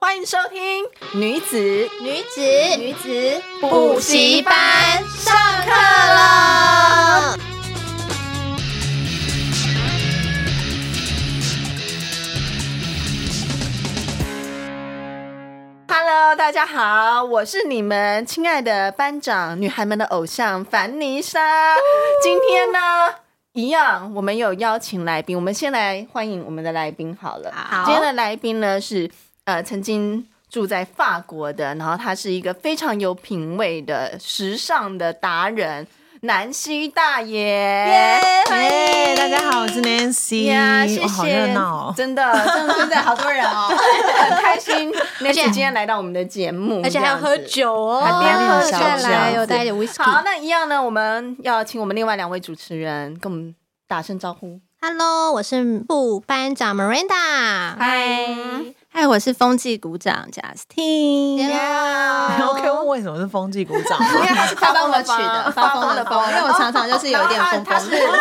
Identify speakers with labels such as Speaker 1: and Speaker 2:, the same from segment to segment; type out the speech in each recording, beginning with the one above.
Speaker 1: 欢迎收听女子
Speaker 2: 女子女子
Speaker 1: 补习班
Speaker 2: 上课了。
Speaker 1: ，Hello，大家好，我是你们亲爱的班长，女孩们的偶像凡妮莎。今天呢，一样我们有邀请来宾，我们先来欢迎我们的来宾好了。
Speaker 2: 好
Speaker 1: 今天的来宾呢是呃曾经。住在法国的，然后他是一个非常有品味的、时尚的达人，南希大爷。哎
Speaker 2: 耶欢迎
Speaker 3: 耶大家好，我是 Nancy，
Speaker 1: 呀，谢谢，
Speaker 3: 哦好热闹哦。
Speaker 1: 真的，真的现在好多人哦， 很开心。而且今天来到我们的节目，
Speaker 2: 而且还有喝酒哦，
Speaker 1: 还边喝酒
Speaker 2: 再
Speaker 1: 这样
Speaker 2: 来
Speaker 1: 子
Speaker 2: 有带一点
Speaker 1: 这样子。好，
Speaker 2: whisky。
Speaker 1: 那一样呢，我们要请我们另外两位主持人跟我们打声招呼。
Speaker 2: Hello，我是部班长 Miranda。嗨，嗨，我是风纪股长 Justin。
Speaker 3: 然
Speaker 1: 哦
Speaker 3: 后可以问为什么是风纪鼓掌吗？
Speaker 1: 因为他是
Speaker 4: 发疯的曲的，发疯的疯，因为我常常就是有一点疯
Speaker 1: 哦 他
Speaker 4: 疯
Speaker 1: 是哦
Speaker 4: 的。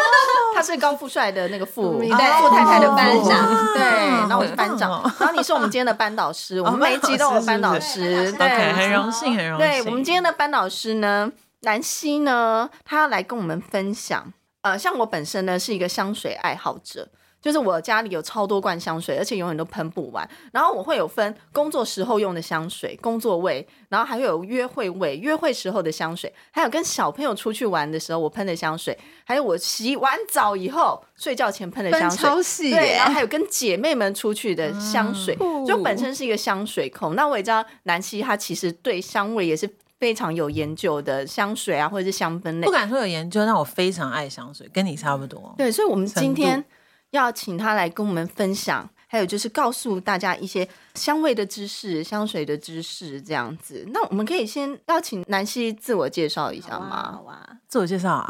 Speaker 1: 他是高富帅的那个富，
Speaker 4: 对
Speaker 1: 富太太的
Speaker 4: 班
Speaker 1: 富
Speaker 4: 长
Speaker 1: 对，然后我是班
Speaker 3: 好
Speaker 1: 长
Speaker 3: 棒哦，
Speaker 1: 然后你是我们今天的哦班导师，我们每一集都有班导师， 对，
Speaker 3: OK，很荣幸，很荣幸。
Speaker 1: 对我们今天的班导师呢，南希呢，她要来跟我们分享。呃，像我本身呢是一个香水爱好者，就是我家里有超多罐香水，而且永远都喷不完。然后我会有分工作时候用的香水、工作味，然后还有约会味、约会时候的香水，还有跟小朋友出去玩的时候我喷的香水，还有我洗完澡以后睡觉前喷的香水。
Speaker 4: 细
Speaker 1: 对，然后还有跟姐妹们出去的香水，就本身是一个香水控。那我也知道南希她其实对香味也是非常有研究的，香水啊或者是香氛类
Speaker 3: 不。敢说有研究，但我非常爱香水，跟你差不多。
Speaker 1: 对，所以我们今天
Speaker 3: 程
Speaker 1: 要请她来跟我们分享，还有就是告诉大家一些香味的知识、香水的知识这样子。那我们可以先邀请南希自我介绍一下吗？
Speaker 4: 啊，
Speaker 3: 自我介绍啊，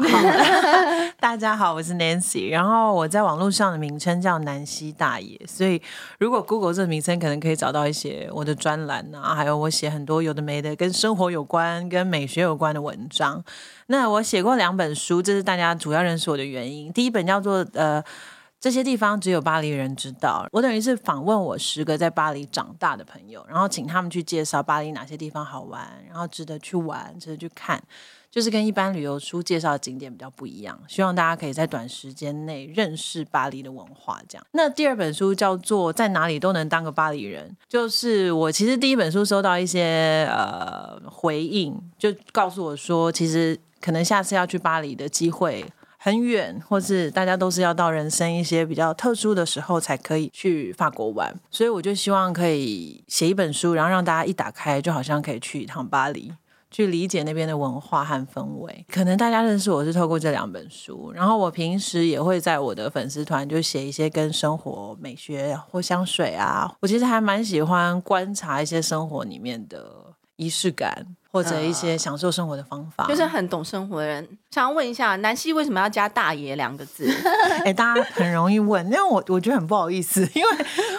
Speaker 3: 大家好，我是 Nancy，然后我在网络上的名称叫南希大爷，所以如果 Google 这个名称，可能可以找到一些我的专栏啊，还有我写很多有的没的跟生活有关、跟美学有关的文章。那我写过两本书，这是大家主要认识我的原因。第一本叫做呃。这些地方只有巴黎人知道。我等于是访问我十个在巴黎长大的朋友，然后请他们去介绍巴黎哪些地方好玩，然后值得去玩，值得去看。就是跟一般旅游书介绍的景点比较不一样，希望大家可以在短时间内认识巴黎的文化。这样，那第二本书叫做《在哪里都能当个巴黎人》，就是我其实第一本书收到一些呃回应，就告诉我说，其实可能下次要去巴黎的机会很远，或是大家都是要到人生一些比较特殊的时候才可以去法国玩，所以我就希望可以写一本书，然后让大家一打开就好像可以去一趟巴黎。去理解那边的文化和氛围，可能大家认识我是透过这两本书，然后我平时也会在我的粉丝团就写一些跟生活、美学或香水啊，我其实还蛮喜欢观察一些生活里面的仪式感，或者一些享受生活的方法。
Speaker 1: 就是很懂生活的人，想要问一下南希为什么要加“大爷”两个字？
Speaker 3: 哎、大家很容易问，因为我我觉得很不好意思，因为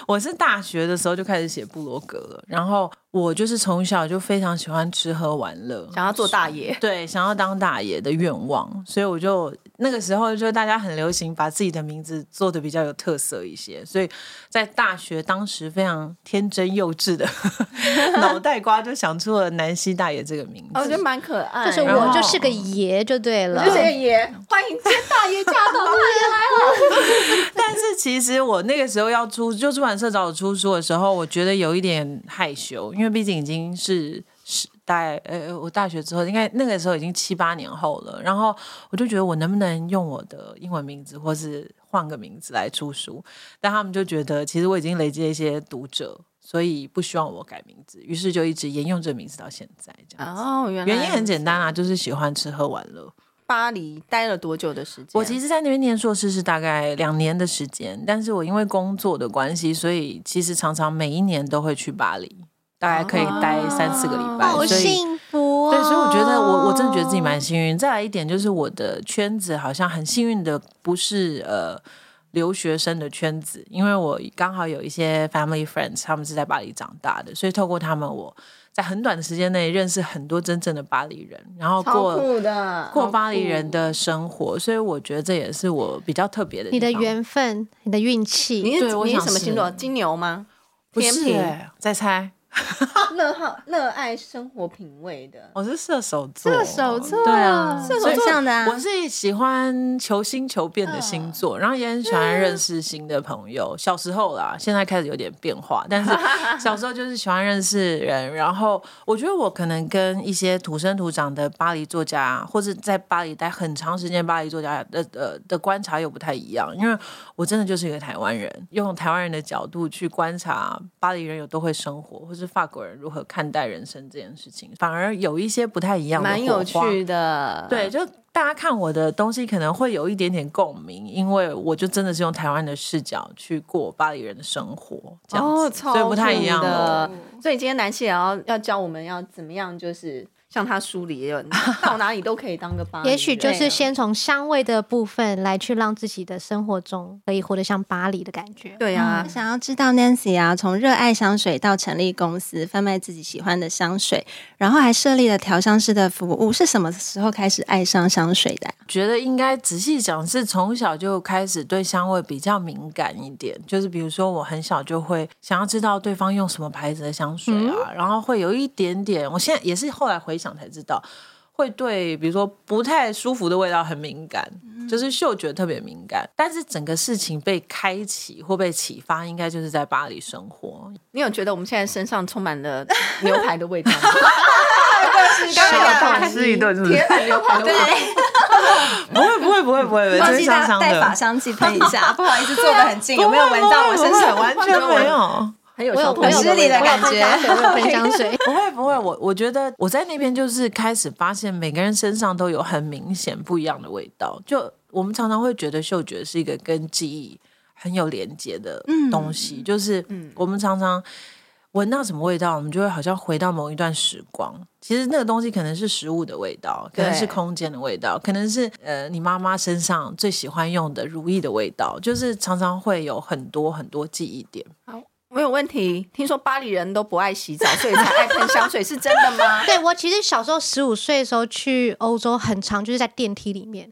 Speaker 3: 我是大学的时候就开始写部落格了，然后我就是从小就非常喜欢吃喝玩乐，
Speaker 1: 想要做大爷，
Speaker 3: 对，想要当大爷的愿望，所以我就那个时候就大家很流行把自己的名字做的比较有特色一些，所以在大学当时非常天真幼稚的 脑袋瓜就想出了南希大爷这个名字。
Speaker 1: 哦我觉得蛮可爱。
Speaker 2: 就是
Speaker 3: 然
Speaker 2: 我
Speaker 3: 后
Speaker 2: 就是个爷就对了，
Speaker 1: 谢谢爷，欢迎接大爷驾到，大爷来。
Speaker 3: 但是其实我那个时候要出，就出版社找我出书的时候，我觉得有一点害羞，因为毕竟已经是。是大概呃，我大学之后，应该那个时候已经七八年后了。然后我就觉得我能不能用我的英文名字，或是换个名字来出书？但他们就觉得其实我已经累积了一些读者，所以不希望我改名字，于是就一直沿用这个名字到现在这样 子。
Speaker 1: 哦，原来
Speaker 3: 原因很简单啊，就是喜欢吃喝玩乐。
Speaker 1: 巴黎待了多久的时间？
Speaker 2: 啊
Speaker 3: 我其实在那边念硕士是大概两年的时间，但是我因为工作的关系，所以其实常常每一年都会去巴黎，大概可以待三四个礼拜，
Speaker 2: 哦好
Speaker 3: 所以。
Speaker 2: 幸福哦！
Speaker 3: 对，所以我觉得我我真的觉得自己蛮幸运。再来一点就是我的圈子好像很幸运的，不是呃留学生的圈子，因为我刚好有一些 family friends，他们是在巴黎长大的，所以透过他们，我在很短的时间内认识很多真正的巴黎人，然后
Speaker 1: 超
Speaker 3: 过
Speaker 1: 酷的，
Speaker 3: 过巴黎人的生活，所以我觉得这也是我比较特别的地
Speaker 2: 你
Speaker 3: 方。
Speaker 2: 的缘分，你的运气，
Speaker 1: 你
Speaker 3: 对
Speaker 1: 是
Speaker 3: 我
Speaker 1: 你
Speaker 3: 想
Speaker 1: 是什么星座？
Speaker 3: 是
Speaker 1: 金牛吗？
Speaker 3: 不
Speaker 1: 天
Speaker 3: 是
Speaker 1: 平
Speaker 3: 欸再猜，
Speaker 1: 乐好热爱生活品味的。
Speaker 3: 我是射手座，
Speaker 2: 射手座
Speaker 3: 对啊，
Speaker 2: 射手
Speaker 3: 所以
Speaker 2: 座这样的啊
Speaker 3: 我是喜欢求新求变的星座，
Speaker 1: 嗯
Speaker 3: 然后也很喜欢认识新的朋友。小时候啦，现在开始有点变化，但是小时候就是喜欢认识人。然后我觉得我可能跟一些土生土长的巴黎作家，或者在巴黎待很长时间巴黎作家的呃的观察又不太一样，因为我真的就是一个台湾人，用台湾人的角度去观察巴黎人有多会生活，或是法国人如何看待人生这件事情，反而有一些不太一样的火花，
Speaker 1: 蛮有趣的，
Speaker 3: 对，就大家看我的东西可能会有一点点共鸣，因为我就真的是用台湾的视角去过巴黎人的生活，这样子，
Speaker 1: 哦，超
Speaker 3: 所以不太一样
Speaker 1: 酷的
Speaker 3: 哦。。
Speaker 1: 所以今天南希也要要教我们要怎么样，就是像他书里也有，你到哪里都可以当个巴黎人。
Speaker 2: 也许
Speaker 1: 啊
Speaker 2: 就是先从香味的部分来去让自己的生活中可以活得像巴黎的感觉。
Speaker 1: 对啊
Speaker 4: 我，
Speaker 3: 嗯
Speaker 4: 想要知道 Nancy 啊，从热爱香水到成立公司，贩卖自己喜欢的香水，然后还设立了调香师的服务，是什么时候开始爱上香水的啊、
Speaker 3: 觉得应该仔细讲，是从小就开始对香味比较敏感一点，就是比如说我很小就会想要知道对方用什么牌子的香水
Speaker 4: 嗯
Speaker 3: 啊，然后会有一点点，我现在也是后来回想才知道，会对比如说不太舒服的味道很敏感，
Speaker 4: 嗯
Speaker 3: 就是嗅觉特别敏感。但是整个事情被开启或被启发，应该就是在巴黎生活。
Speaker 1: 你有觉得我们现在身上充满了牛排的味道 吗？啊
Speaker 3: 刚
Speaker 1: 刚有
Speaker 3: 吃一顿是不
Speaker 1: 铁？板牛
Speaker 4: 啊
Speaker 1: 排的味道。
Speaker 3: 不会不会不会不会，
Speaker 4: 忘
Speaker 3: 真
Speaker 4: 记
Speaker 3: 是香
Speaker 4: 带
Speaker 3: 香
Speaker 4: 带法
Speaker 3: 的，啊
Speaker 4: 香剂喷一 下，不好意思，坐得很近，有没有闻到我身上
Speaker 3: 完全没有。
Speaker 1: 很有
Speaker 2: 我有
Speaker 1: 小
Speaker 2: 我有
Speaker 1: 偷
Speaker 4: 失礼的感觉
Speaker 2: 我有喷香水，我有喷香水
Speaker 3: 不会不会，我我觉得我在那边就是开始发现每个人身上都有很明显不一样的味道。就我们常常会觉得嗅觉是一个跟记忆很有连接的东西，就是我们常常闻到什么味道，我们就会好像回到某一段时光。其实那个东西可能是食物的味道，可能是
Speaker 1: 对
Speaker 3: 空间的味道，可能是呃你妈妈身上最喜欢用的如意的味道，就是常常会有很多很多记忆点。
Speaker 1: 我有问题，听说巴黎人都不爱洗澡，所以才爱喷香水，是真的吗？
Speaker 2: 对我其实小时候十五岁的时候去欧洲，很常就是在电梯里面，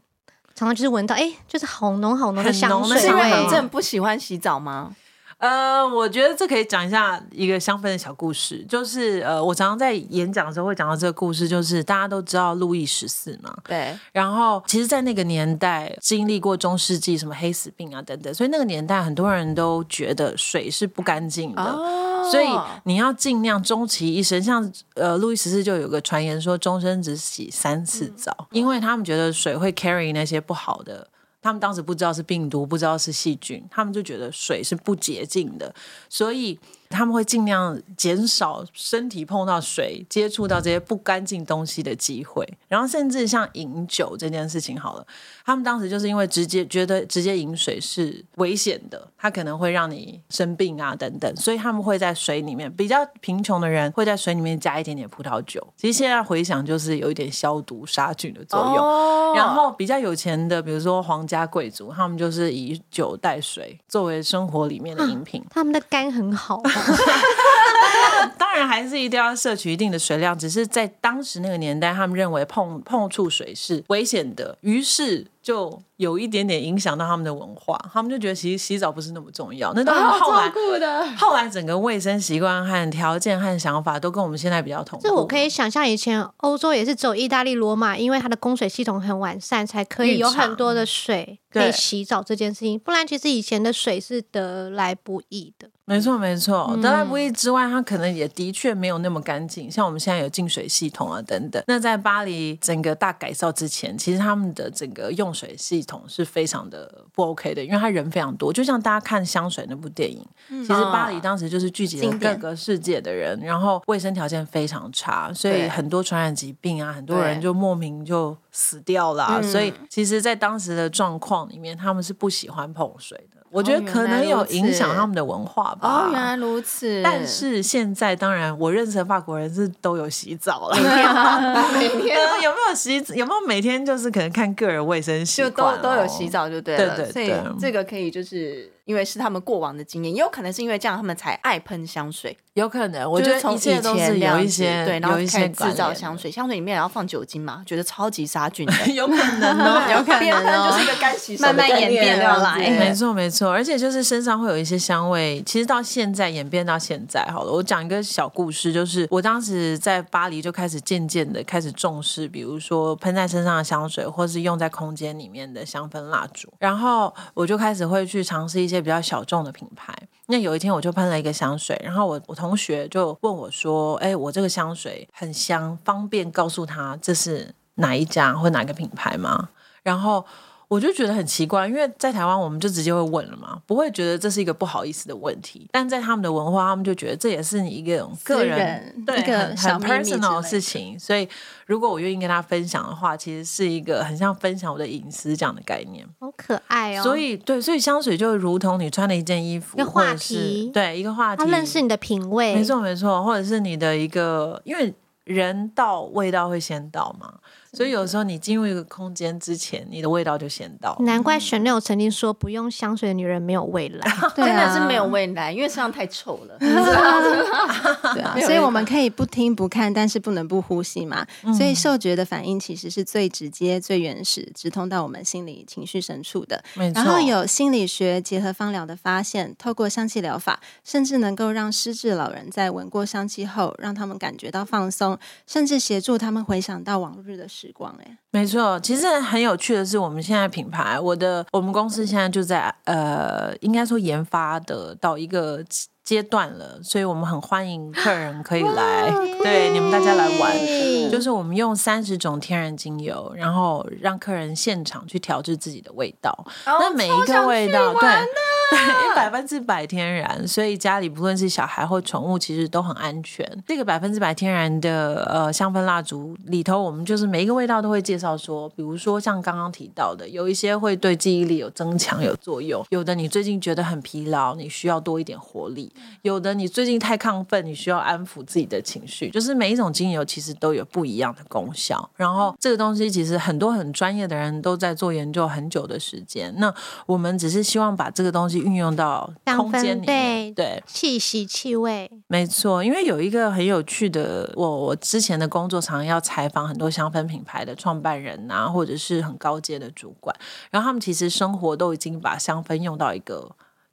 Speaker 2: 常常就是闻到，哎、就是好浓好浓的
Speaker 3: 很
Speaker 2: 香
Speaker 3: 浓的
Speaker 2: 水
Speaker 1: 是因
Speaker 3: 香
Speaker 1: 为
Speaker 3: 味
Speaker 1: 很
Speaker 2: 味。
Speaker 1: 正不喜欢洗澡吗？
Speaker 3: 呃，我觉得这可以讲一下一个香氛的小故事，就是呃，我常常在演讲的时候会讲到这个故事，就是大家都知道路易十四嘛，
Speaker 1: 对，
Speaker 3: 然后其实，在那个年代经历过中世纪什么黑死病啊等等，所以那个年代很多人都觉得水是不干净的。
Speaker 1: 哦
Speaker 3: 所以你要尽量终其一生，像呃，路易十四就有个传言说，终身只洗三次澡，因为他们觉得水会 carry 那些不好的，他们当时不知道是病毒，不知道是细菌，他们就觉得水是不洁净的，所以他们会尽量减少身体碰到水、接触到这些不干净东西的机会。然后，甚至像饮酒这件事情，好了，他们当时就是因为直接觉得直接饮水是危险的，它可能会让你生病啊等等，所以他们会在水里面，比较贫穷的人会在水里面加一点点葡萄酒。其实现在回想，就是有一点消毒杀菌的作用。
Speaker 1: 哦
Speaker 3: 然后比较有钱的，比如说皇家贵族，他们就是以酒代水作为生活里面的饮品。
Speaker 2: 他们的肝很好，
Speaker 3: 当然还是一定要摄取一定的水量，只是在当时那个年代，他们认为碰碰触水是危险的，于是就有一点点影响到他们的文化，他们就觉得其实洗澡不是那么重要。那当然
Speaker 1: 好
Speaker 5: 哦
Speaker 3: 后来
Speaker 1: 照顾的，
Speaker 3: 后来整个卫生习惯和条件和想法都跟我们现在比较同步。
Speaker 5: 这我可以想象，以前欧洲也是只有意大利罗马，因为它的供水系统很完善，才可以有很多的水
Speaker 3: 对
Speaker 5: 可以洗澡这件事情。不然，其实以前的水是得来不易的。
Speaker 3: 没错没错，
Speaker 1: 嗯
Speaker 3: 得来不易之外，它可能也的确没有那么干净。像我们现在有净水系统啊等等。那在巴黎整个大改造之前，其实他们的整个用水系统是非常的不 OK 的，因为他人非常多。就像大家看《香水》那部电影，
Speaker 1: 嗯
Speaker 3: 其实巴黎当时就是聚集了
Speaker 2: 经
Speaker 3: 各
Speaker 2: 典
Speaker 3: 个世界的人，然后卫生条件非常差，所以
Speaker 1: 对
Speaker 3: 很多传染疾病啊，很多人
Speaker 1: 对
Speaker 3: 就莫名就死掉了啊、
Speaker 1: 嗯
Speaker 3: 所以其实，在当时的状况里面，他们是不喜欢碰水的。我觉
Speaker 1: 哦
Speaker 3: 得
Speaker 1: 原
Speaker 3: 可
Speaker 1: 来
Speaker 3: 能
Speaker 1: 如
Speaker 3: 有
Speaker 1: 此
Speaker 3: 影响他们的文化吧。
Speaker 1: 哦，原来如此。
Speaker 3: 但是现在，当然，我认识的法国人是都有洗澡了。
Speaker 1: 啊每天
Speaker 3: 呃 有没有洗？有没有每天就是可能看个人卫生习
Speaker 1: 就
Speaker 3: 惯、哦
Speaker 1: 都都有洗。澡就 对
Speaker 3: 对
Speaker 1: 了，
Speaker 3: 对
Speaker 1: 所
Speaker 3: 对
Speaker 1: 以这个可以就是因为是他们过往的经验，也有可能是因为这样他们才爱喷香水。
Speaker 3: 有可能，我
Speaker 1: 我
Speaker 3: 觉得
Speaker 1: 从
Speaker 3: 一
Speaker 1: 以
Speaker 3: 切
Speaker 1: 前
Speaker 3: 都是有一
Speaker 1: 这样
Speaker 3: 些
Speaker 1: 子对，然后
Speaker 3: 有一
Speaker 1: 开
Speaker 3: 些
Speaker 1: 始制造
Speaker 3: 关联
Speaker 1: 香水，香水里面也要放酒精嘛，觉得超级杀菌的。
Speaker 3: 的，有可能哦，
Speaker 1: 有可
Speaker 2: 能哦
Speaker 1: 啊就是一个干洗手的
Speaker 2: 慢慢
Speaker 1: 概
Speaker 2: 演
Speaker 1: 念
Speaker 2: 变
Speaker 1: 这样
Speaker 2: 而来
Speaker 1: 子
Speaker 3: 没错没错，而且就是身上会有一些香味，其实到现在演变到现在好了。我讲一个小故事，就是我当时在巴黎就开始渐渐的开始重视，比如说喷在身上的香水，或是用在空间里面的香氛蜡烛，然后我就开始会去尝试一些比较小众的品牌。那有一天我就喷了一个香水，然后我我同学就问我说：“哎、我这个香水很香，方便告诉他这是哪一家或哪个品牌吗？”然后我就觉得很奇怪，因为在台湾我们就直接会问了嘛，不会觉得这是一个不好意思的问题。但在他们的文化，他们就觉得这也是你一个个人
Speaker 2: 人
Speaker 3: 对
Speaker 2: 一个
Speaker 3: 很
Speaker 2: 小
Speaker 3: 很
Speaker 2: 秘密之类
Speaker 3: personal
Speaker 2: 的
Speaker 3: 的事情，所以如果我愿意跟他分享的话，其实是一个很像分享我的隐私这样的概念。
Speaker 5: 好可
Speaker 2: 哎
Speaker 5: 爱哦！
Speaker 3: 所以对，所以香水就如同你穿了一件衣服，
Speaker 5: 一个
Speaker 3: 或者
Speaker 5: 话题
Speaker 3: 是对一个话题，
Speaker 5: 他认识你的品
Speaker 2: 哎
Speaker 5: 味，
Speaker 3: 没错没错，或者是你的一个，因为人到味道会先到嘛，所以有时候你进入一个空间之前，你的味道就先到了。
Speaker 5: 难怪 Chanel 曾经说，不用香水的女人没有未来。
Speaker 1: 真
Speaker 4: 啊
Speaker 1: 的哦是没有未来，因为身上太臭了。
Speaker 2: 对啊，
Speaker 1: 没有
Speaker 2: 所以
Speaker 1: 那
Speaker 2: 我
Speaker 1: 个
Speaker 2: 们可以不听不看，但是不能不呼吸嘛。
Speaker 3: 嗯
Speaker 2: 所以嗅觉的反应其实是最直接、最原始，直通到我们心理情绪深处的。
Speaker 3: 没错，
Speaker 2: 然后有心理学结合芳疗的发现，透过香气疗法，甚至能够让失智老人在闻过香气后，让他们感觉到放松，甚至协助他们回想到往日的时光、哎，
Speaker 3: 没错，其实很有趣的是，我们现在品牌，我的我们公司现在就在呃，应该说研发的到一个阶段了，所以我们很欢迎客人可以来，对你们大家来玩，就是我们用三十种天然精油，然后让客人现场去调制自己的味道，那每一个味道，对 对，百分之百天然，所以家里不论是小孩或宠物，其实都很安全。这个百分之百天然的呃香氛蜡烛里头，我们就是每一个味道都会介绍说，比如说像刚刚提到的，有一些会对记忆力有增强有作用，有的你最近觉得很疲劳，你需要多一点活力，有的你最近太亢奋，你需要安抚自己的情绪，就是每一种精油其实都有不一样的功效。然后这个东西其实很多很专业的人都在做研究很久的时间，那我们只是希望把这个东西运用到
Speaker 5: 香
Speaker 3: 空间
Speaker 5: 氛
Speaker 3: 里
Speaker 5: 对
Speaker 3: 面，对，
Speaker 5: 气息、气味，
Speaker 3: 没错，因为有一个很有趣的，我我之前的工作常常要采访很多香氛品牌的创办人啊，或者是很高阶的主管，然后他们其实生活都已经把香氛用到一个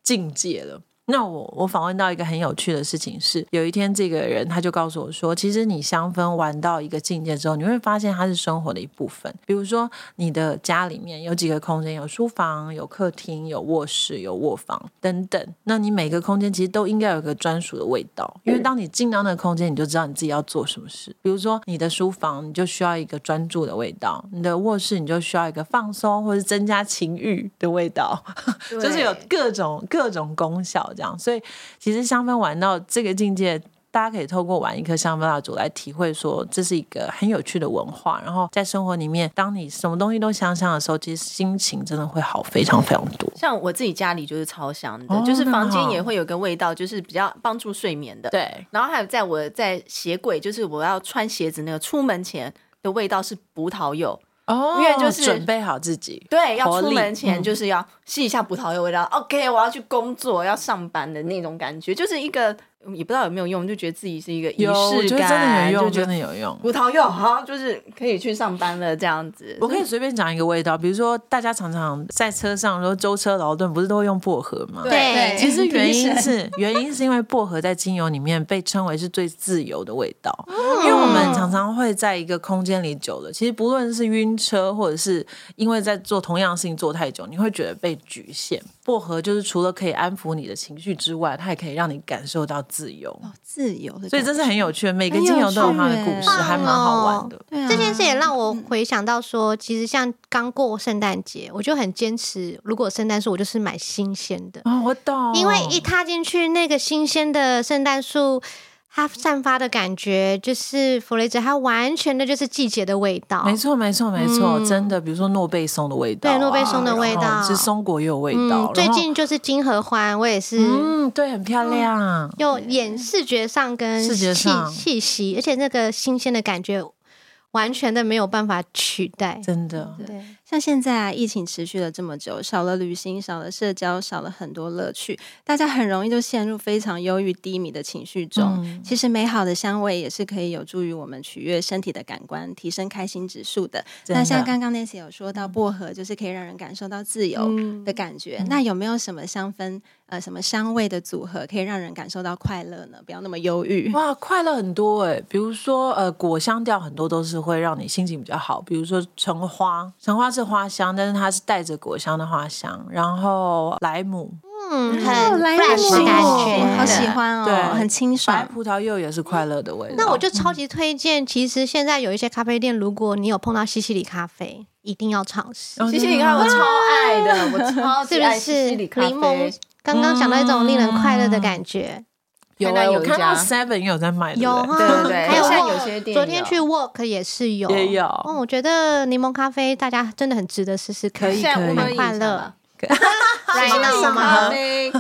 Speaker 3: 境界了。那我我访问到一个很有趣的事情是，有一天这个人他就告诉我说，其实你香氛玩到一个境界之后，你会发现它是生活的一部分。比如说你的家里面有几个空间，有书房、有客厅、有卧室、有卧房等等，那你每个空间其实都应该有一个专属的味道，因为当你进到那个空间，你就知道你自己要做什么事。比如说你的书房，你就需要一个专注的味道；你的卧室，你就需要一个放松或是增加情欲的味道。 就是有各种各种功效这样。所以其实香氛玩到这个境界。大家可以透过玩一颗香氛蜡烛来体会，说这是一个很有趣的文化。然后在生活里面，当你什么东西都香香的时候，其实心情真的会好非常非常多。
Speaker 1: 像我自己家里就是超香的，
Speaker 3: 哦
Speaker 1: 就是
Speaker 3: 那
Speaker 1: 房间
Speaker 3: 好
Speaker 1: 也会有个味道，就是比较帮助睡眠的。
Speaker 3: 对，
Speaker 1: 然后还有在我在鞋柜，就是我要穿鞋子那个出门前的味道是葡萄柚，
Speaker 3: 哦
Speaker 1: 因为就是
Speaker 3: 准备好自己，
Speaker 1: 对，要
Speaker 3: 活
Speaker 1: 出
Speaker 3: 力
Speaker 1: 门前
Speaker 3: 嗯
Speaker 1: 就是要吸一下葡萄柚味道。OK，我要去工作要上班的那种感觉，就是一个也不知道有没有用，就觉得自己是一个仪
Speaker 3: 有，我
Speaker 1: 式
Speaker 3: 觉得真的
Speaker 1: 感，
Speaker 3: 有
Speaker 1: 就
Speaker 3: 用，
Speaker 1: 觉
Speaker 3: 真
Speaker 1: 得
Speaker 3: 的有用。
Speaker 1: 葡萄柚好像就是可以去上班了这样子。
Speaker 3: 我可以随便讲一个味道，比如说大家常常在车上，然后舟车劳顿，不是都会用薄荷吗？
Speaker 5: 对
Speaker 3: 其实 原因是原因是因为薄荷在精油里面被称为是最自由的味道，
Speaker 5: 哦
Speaker 3: 因为我们常常会在一个空间里久了，其实不论是晕车或者是因为在做同样的事情做太久，你会觉得被局限。薄荷就是除了可以安抚你的情绪之外，它也可以让你感受到自由，
Speaker 5: 哦
Speaker 2: 哦
Speaker 4: 自由的感觉，
Speaker 3: 所以这是很有趣的。每个
Speaker 4: 很有
Speaker 3: 精油都有它的
Speaker 4: 趣
Speaker 3: 故事，
Speaker 4: 耶
Speaker 3: 还蛮好玩的。
Speaker 4: 对啊
Speaker 5: 这件事也让我
Speaker 3: 嗯
Speaker 5: 回想到说，其实像刚过圣诞节，我就很坚持，如果圣诞树我就是买新鲜的，
Speaker 3: 哦，我懂，
Speaker 5: 因为一踏进去那个新鲜的圣诞树。它散发的感觉就是弗雷泽，它完全的就是季节的味道。
Speaker 3: 没错，没错，没错，真的，比如说诺贝松的味道啊、
Speaker 5: 嗯对诺贝松的味道
Speaker 3: 然后是松果也有味道。
Speaker 5: 嗯，最
Speaker 3: 然后
Speaker 5: 近就是金合欢，我也是
Speaker 3: 嗯，对，很漂亮。
Speaker 5: 又眼视觉上跟
Speaker 3: 视觉
Speaker 5: 气
Speaker 3: 上
Speaker 5: 气息，而且那个新鲜的感觉完全的没有办法取代。嗯
Speaker 3: 真的，
Speaker 5: 对，
Speaker 4: 像现在啊，疫情持续了这么久，少了旅行，少了社交，少了很多乐趣，大家很容易就陷入非常忧郁低迷的情绪中。其实美好的香味也是可以有助于我们取悦身体的感官，提升开心指数的。
Speaker 3: 真的
Speaker 4: 那像刚刚 Nancy 有说到薄荷，就是可以让人感受到自由的感觉。那有没有什么香氛呃什么香味的组合可以让人感受到快乐呢？不要那么忧郁。
Speaker 3: 哇，快乐很多哎、比如说，呃，果香调很多都是会让你心情比较好。比如说橙花，橙花是花香，但是它是带着果香的花香。然后莱姆，
Speaker 5: 嗯，
Speaker 4: 哦
Speaker 5: 很
Speaker 4: 莱姆
Speaker 5: fresh 的感
Speaker 4: 哦
Speaker 5: 觉，
Speaker 4: 好喜。欢
Speaker 3: 对
Speaker 4: 哦，很清
Speaker 3: 白
Speaker 4: 爽。
Speaker 3: 葡萄柚也是快乐的味道。
Speaker 5: 那我就超级推荐，其实现在有一些咖啡店，如果你有碰到西西里咖啡，一定要尝试。
Speaker 3: 哦
Speaker 1: 西西里咖啡我超爱的，我超级
Speaker 5: 是不
Speaker 1: 爱西
Speaker 5: 是
Speaker 1: 西里
Speaker 5: 柠
Speaker 1: 咖啡
Speaker 5: 檬？刚刚讲到一种令人快乐的感觉，
Speaker 3: 有
Speaker 1: 台
Speaker 3: 哎、
Speaker 1: 南有
Speaker 3: 我
Speaker 1: 一
Speaker 3: 看到
Speaker 1: 家
Speaker 3: Seven 也有在卖，
Speaker 5: 有
Speaker 3: 嗯对不
Speaker 5: 哈，
Speaker 3: 对
Speaker 1: 对对对
Speaker 5: 还
Speaker 1: 现在
Speaker 5: Wok，
Speaker 1: 有些店
Speaker 5: 昨天
Speaker 1: 有
Speaker 5: 去 Work 也是有，
Speaker 3: 也有
Speaker 5: 哦，我觉得柠檬咖啡大家真的很值得试试看，
Speaker 3: 可以
Speaker 1: 现在
Speaker 3: 可以
Speaker 1: 我
Speaker 5: 蛮
Speaker 1: 们
Speaker 5: 快乐。，right
Speaker 1: 西西
Speaker 5: now
Speaker 1: 里咖
Speaker 5: 吗？
Speaker 1: 啡，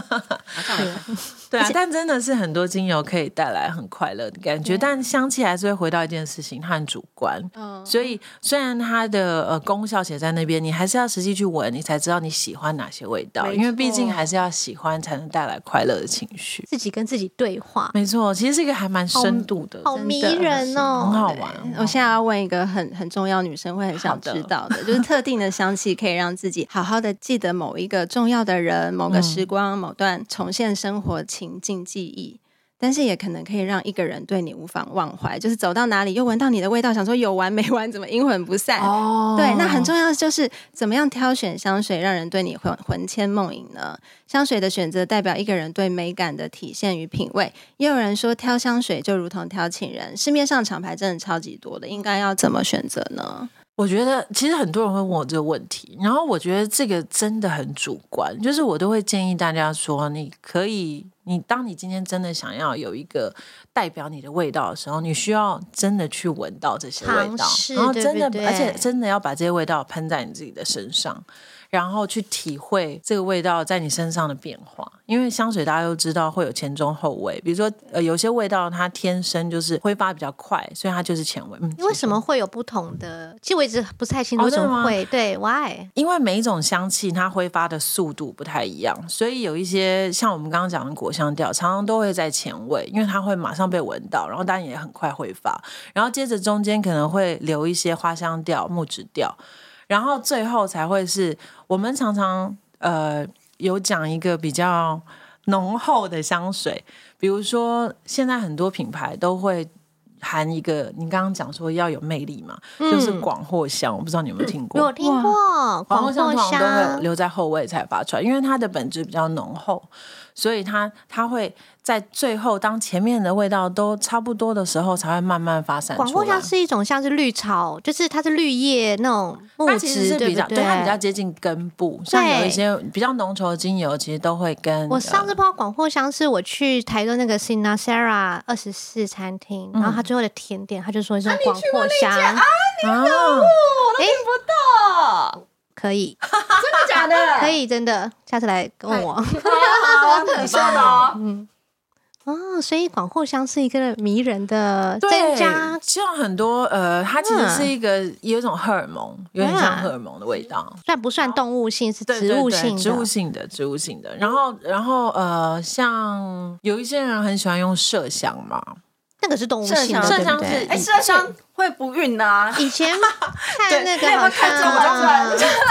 Speaker 3: 对啊，但真的是很多精油可以带来很快乐的感觉，但香气还是会回到一件事情，它很主观。
Speaker 4: 嗯
Speaker 3: 所以虽然它的呃功效写在那边，你还是要实际去闻，你才知道你喜欢哪些味道，因为毕竟还是要喜欢才能带来快乐的情绪。
Speaker 5: 自己跟自己对话，
Speaker 3: 没错，其实是一个还蛮深度嗯的，
Speaker 5: 好迷人
Speaker 3: 很
Speaker 5: 哦。
Speaker 3: 好玩。
Speaker 4: 嗯我现在要问一个很很重要，女生会很想知道的，就是特定的香气可以让自己好好的记得某一个重要的人、某个时光、某段重现生活情境记忆。但是也可能可以让一个人对你无法忘怀，就是走到哪里又闻到你的味道，想说有完没完，怎么阴魂不散？
Speaker 3: 哦
Speaker 4: 对，那很重要的就是怎么样挑选香水，让人对你魂魂牵梦萦呢？香水的选择代表一个人对美感的体现与品味。也有人说，挑香水就如同挑情人。市面上厂牌真的超级多的，应该要怎么选择呢？
Speaker 3: 我觉得其实很多人会问我这个问题，然后我觉得这个真的很主观，就是我都会建议大家说，你可以，你当你今天真的想要有一个代表你的味道的时候，你需要真的去闻到这些味道
Speaker 5: 尝，试
Speaker 3: 然后真的，
Speaker 5: 对不对
Speaker 3: 而且真的要把这些味道喷在你自己的身上。然后去体会这个味道在你身上的变化，因为香水大家都知道会有前中后味，比如说呃有些味道它天生就是挥发比较快，所以它就是前味。嗯，
Speaker 5: 为什么会有不同的？其实我一直不太清楚
Speaker 3: 哦
Speaker 5: 为什
Speaker 3: 真的
Speaker 5: 么
Speaker 3: 吗
Speaker 5: 会对 why。
Speaker 3: 因为每一种香气它挥发的速度不太一样，所以有一些像我们刚刚讲的果香调，常常都会在前味，因为它会马上被闻到，然后当然也很快挥发，然后接着中间可能会留一些花香调、木质调，然后最后才会是我们常常呃有讲一个比较浓厚的香水，比如说现在很多品牌都会。含一个，你刚刚讲说要有魅力嘛，就是广藿香，我不知道嗯你有没有听过。
Speaker 5: 我听过
Speaker 3: 广
Speaker 5: 广藿
Speaker 3: 藿香通常都会
Speaker 5: 香，
Speaker 3: 留在后味才发出来，因为它的本质比较浓厚，所以它它会在最后当前面的味道都差不多的时候，才会慢慢发散
Speaker 5: 广
Speaker 3: 出
Speaker 5: 藿
Speaker 3: 来
Speaker 5: 香。是一种像是绿草，就是它是绿叶那种木
Speaker 3: 它其实
Speaker 5: 质，
Speaker 3: 是
Speaker 5: 对
Speaker 3: 比
Speaker 5: 不
Speaker 3: 较，对它比较接近根部，像有一些比较浓稠的精油，其实都会跟
Speaker 5: 我上次
Speaker 3: 呃
Speaker 5: 碰到广藿香是我去台中那个 Sinasera 二十四餐厅，
Speaker 3: 嗯
Speaker 5: 然后他最后的甜点，他就说是用广藿香，
Speaker 3: 啊，
Speaker 5: 可以，
Speaker 1: 真的假 的？啊
Speaker 5: 可以，真的，下次来问我。
Speaker 1: 好，好，好你说的哦。
Speaker 5: 哦，所以广藿香是一个迷人的增
Speaker 3: 对
Speaker 5: 加，，
Speaker 3: 像很多呃，它其实是一个有一种荷尔蒙，有点像荷尔蒙的味道。
Speaker 5: 算不算动物性？是
Speaker 3: 对
Speaker 5: 植物性
Speaker 3: 对对
Speaker 5: 的。
Speaker 3: 植物性的，植物性的。然后，然后，呃，像有一些人很喜欢用麝香嘛，
Speaker 5: 那个是动物
Speaker 1: 麝
Speaker 5: 性的，
Speaker 1: 香
Speaker 5: 对
Speaker 3: 麝香
Speaker 5: 不对
Speaker 3: 是
Speaker 1: 哎，麝香会不孕的啊！
Speaker 5: 以前看那个
Speaker 1: 你有没
Speaker 5: 好
Speaker 1: 有看着我
Speaker 5: 像啊
Speaker 1: 在在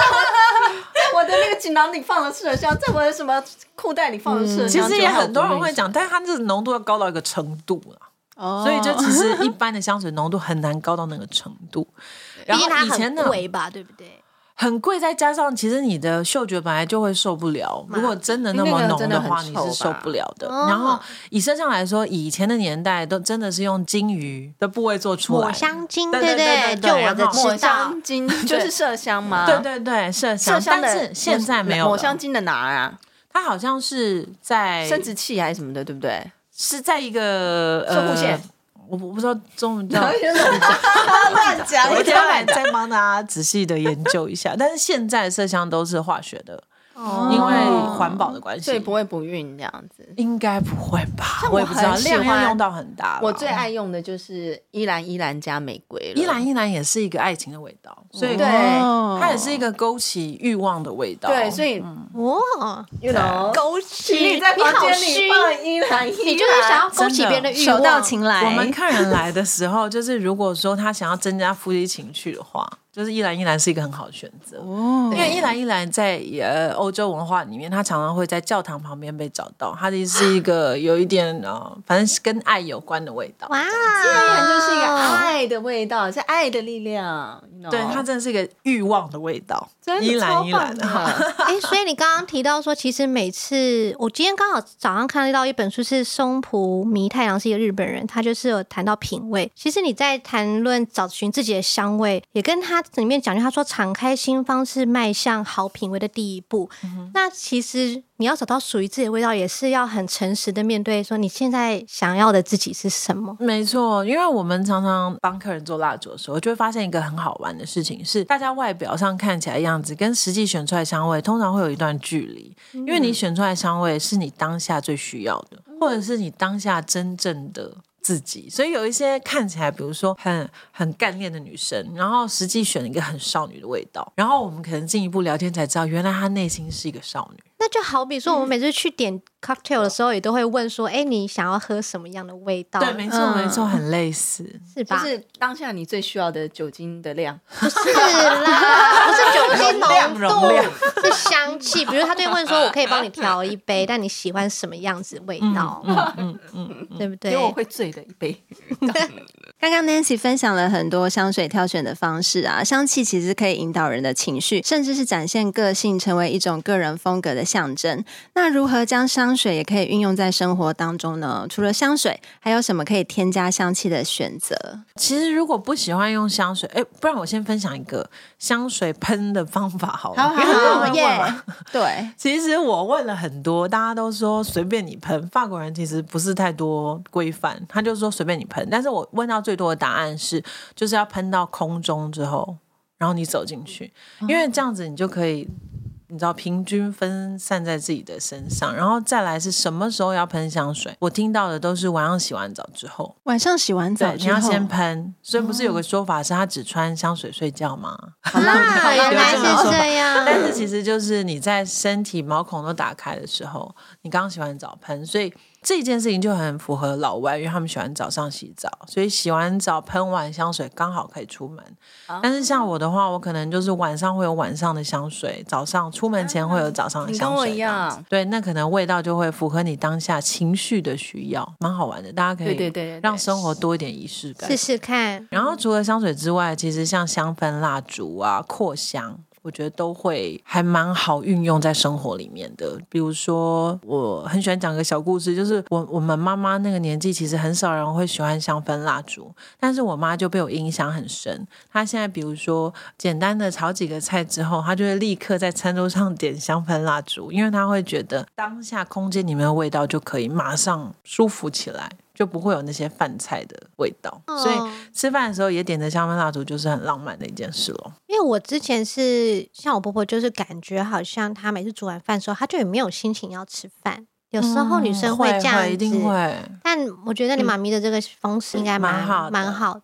Speaker 1: 我的那个锦囊里放了麝香，在我的什么裤袋里放了
Speaker 5: 嗯
Speaker 1: 麝香，
Speaker 3: 其实
Speaker 1: 就
Speaker 3: 也
Speaker 1: 好
Speaker 3: 很多
Speaker 1: 不
Speaker 3: 人
Speaker 1: 孕
Speaker 3: 会讲，但是它这个浓度要高到一个程度啦。
Speaker 2: 哦
Speaker 3: 所以就其实一般的香水浓度很难高到那个程度。然后
Speaker 5: 毕竟它
Speaker 3: 以前
Speaker 5: 很
Speaker 3: 的
Speaker 5: 贵吧，对不对？
Speaker 3: 很贵，再加上其实你的嗅觉本来就会受不了，
Speaker 5: 嘛
Speaker 3: 如果真的那么浓话，
Speaker 1: 那个真
Speaker 3: 你
Speaker 1: 的很
Speaker 3: 是受不了的。
Speaker 5: 臭吧
Speaker 3: 然后以身上来说，以前的年代都真的是用金鱼的部位做出来
Speaker 5: 抹
Speaker 3: 的，
Speaker 5: 香精，
Speaker 3: 对
Speaker 5: 不
Speaker 3: 对
Speaker 5: 对？
Speaker 3: 对对
Speaker 5: 就我的
Speaker 3: 然后
Speaker 1: 抹
Speaker 5: 知道，
Speaker 1: 香精就是麝香吗？
Speaker 3: 对对对，麝
Speaker 1: 麝
Speaker 3: 香，
Speaker 1: 香的
Speaker 3: 但是现在没有
Speaker 1: 抹
Speaker 3: 了
Speaker 1: 香，精的哪儿啊？
Speaker 3: 它好像是在
Speaker 1: 生殖器还是什么的，对不对？
Speaker 3: 是在一个
Speaker 1: 射护
Speaker 3: 呃
Speaker 1: 线，
Speaker 3: 我我不知道中 文叫。
Speaker 2: 乱讲
Speaker 3: 我将来再帮大家仔细的研究一下。但 是现在麝香都是化学的，因为环保的关系
Speaker 1: 哦所以，不会不孕这样子。
Speaker 3: 应该不会吧？
Speaker 1: 我
Speaker 3: 也不知道，
Speaker 1: 很喜
Speaker 3: 量
Speaker 1: 欢
Speaker 3: 要用到很大吧。
Speaker 1: 我最爱用的就是依兰依兰加玫瑰了。
Speaker 3: 依兰依哦兰也是一个爱情的味道，所以
Speaker 1: 对
Speaker 3: 它也是一个勾起欲望的味道。
Speaker 1: 哦对，所以
Speaker 3: 嗯
Speaker 5: 哦，
Speaker 1: you know，
Speaker 5: 枸
Speaker 1: 情侣
Speaker 5: 杞，
Speaker 1: 在
Speaker 5: 你
Speaker 1: 房
Speaker 5: 好
Speaker 1: 间里
Speaker 5: 虚，
Speaker 1: 放依兰依兰，
Speaker 5: 你就是想要勾起
Speaker 3: 啊真的
Speaker 5: 别人的欲望，
Speaker 2: 手到擒来。
Speaker 3: 我们客人来的时候，就是如果说他想要增加夫妻情趣的话， 就是依兰依兰是一个很好的选择。
Speaker 2: 哦
Speaker 3: 因为依兰依兰在呃欧洲文化里面，它常常会在教堂旁边被找到，它的是一个有一点 呃，反正是跟爱有关的味道。
Speaker 5: 哇，
Speaker 1: 依兰就是一个爱的味道，是爱的力量。you know
Speaker 3: 对，它真的是一个欲望的味道。
Speaker 1: 真的
Speaker 3: 依兰
Speaker 1: 超
Speaker 3: 依
Speaker 1: 棒
Speaker 3: 兰
Speaker 1: 的，
Speaker 5: 哎、所以你刚刚提到说，其实每次我今天刚好早上看到一本书，是松浦弥太郎是一个日本人，他就是有谈到品味。其实你在谈论找寻自己的香味，也跟他里面讲，就他说敞开心方是迈向好品味的第一步。那其实你要找到属于自己的味道，也是要很诚实的面对，说你现在想要的自己是什么。
Speaker 3: 没错，因为我们常常帮客人做蜡烛的时候，就会发现一个很好玩的事情是，大家外表上看起来样子跟实际选出来香味通常会有一段距离，因为你选出来香味是你当下最需要的，或者是你当下真正的。自己，所以有一些看起来，比如说很很干练的女生，然后实际选一个很少女的味道，然后我们可能进一步聊天才知道，原来她内心是一个少女。
Speaker 5: 那就好比说，我们每次去点 cocktail 的时候，也都会问说，哎、你想要喝什么样的味道？
Speaker 3: 对，没错，没错，很类似。
Speaker 5: 是
Speaker 1: 就
Speaker 5: 吧？
Speaker 1: 是当下你最需要的酒精的量。
Speaker 5: 不是啦，不是酒精浓
Speaker 3: 容量
Speaker 5: 度，是香气。比如他对问说，我可以帮你调一杯，但你喜欢什么样子味道？嗯对不对
Speaker 1: 因为？我会醉的一 杯。
Speaker 2: 刚刚 Nancy 分享了很多香水挑选的方式啊，香气其实可以引导人的情绪，甚至是展现个性，成为一种个人风格的象征。那如何将香水也可以运用在生活当中呢？除了香水，还有什么可以添加香气的选择？
Speaker 3: 其实如果不喜欢用香水，哎，不然我先分享一个香水喷的方法好了。
Speaker 1: 好好
Speaker 3: 因为很多人问嘛
Speaker 2: 耶对，
Speaker 3: 其实我问了很多，大家都说随便你喷。法国人其实不是太多规范，他就说随便你喷。但是我问到最多的答案是，就是要喷到空中之后，然后你走进去，因为这样子你就可以。你知道平均分散在自己的身上，然后再来是什么时候要喷香水？我听到的都是晚上洗完澡之后，
Speaker 2: 晚上洗完澡
Speaker 3: 对，你
Speaker 2: 之
Speaker 3: 要
Speaker 2: 后，
Speaker 3: 先喷。所以不
Speaker 1: 哦
Speaker 3: 是有个说法是他只穿香水睡 觉吗？
Speaker 5: 啊，原来是这
Speaker 3: 但
Speaker 5: 样。
Speaker 3: 是其实就是你在身体毛孔都打开的时候，你刚洗完澡喷，所以这件事情就很符合老外，因为他们喜欢早上洗澡，所以洗完澡喷完香水刚好可以出门。
Speaker 1: 哦
Speaker 3: 但是像我的话，我可能就是晚上会有晚上的香水，早上出门前会有早上的
Speaker 1: 嗯你
Speaker 3: 香水。
Speaker 1: 跟我一。样，
Speaker 3: 对，那可能味道就会符合你当下情绪的需要，蛮好玩的。大家可以
Speaker 1: 对对对对对
Speaker 3: 让生活多一点仪式感。
Speaker 5: 试试看，
Speaker 3: 然后除了香水之外，其实像香氛蜡烛啊、扩香，我觉得都会还蛮好运用在生活里面的。比如说，我很喜欢讲个小故事，就是我我们妈妈那个年纪，其实很少人会喜欢香氛蜡烛，但是我妈就被我影响很深。她现在比如说简单的炒几个菜之后，她就会立刻在餐桌上点香氛蜡烛，因为她会觉得当下空间里面的味道就可以马上舒服起来。就不会有那些饭菜的味道，所以吃饭的时候也点着香氛蜡烛，就是很浪漫的一件事咯。
Speaker 5: 因为我之前是像我婆婆，就是感觉好像她每次煮完饭的时候，她就也没有心情要吃饭。有时候嗯女生
Speaker 3: 嗯会
Speaker 5: 这样子，
Speaker 3: 一定会。
Speaker 5: 但我觉得你妈咪的这个方式应该
Speaker 3: 蛮好的
Speaker 5: 蛮好的。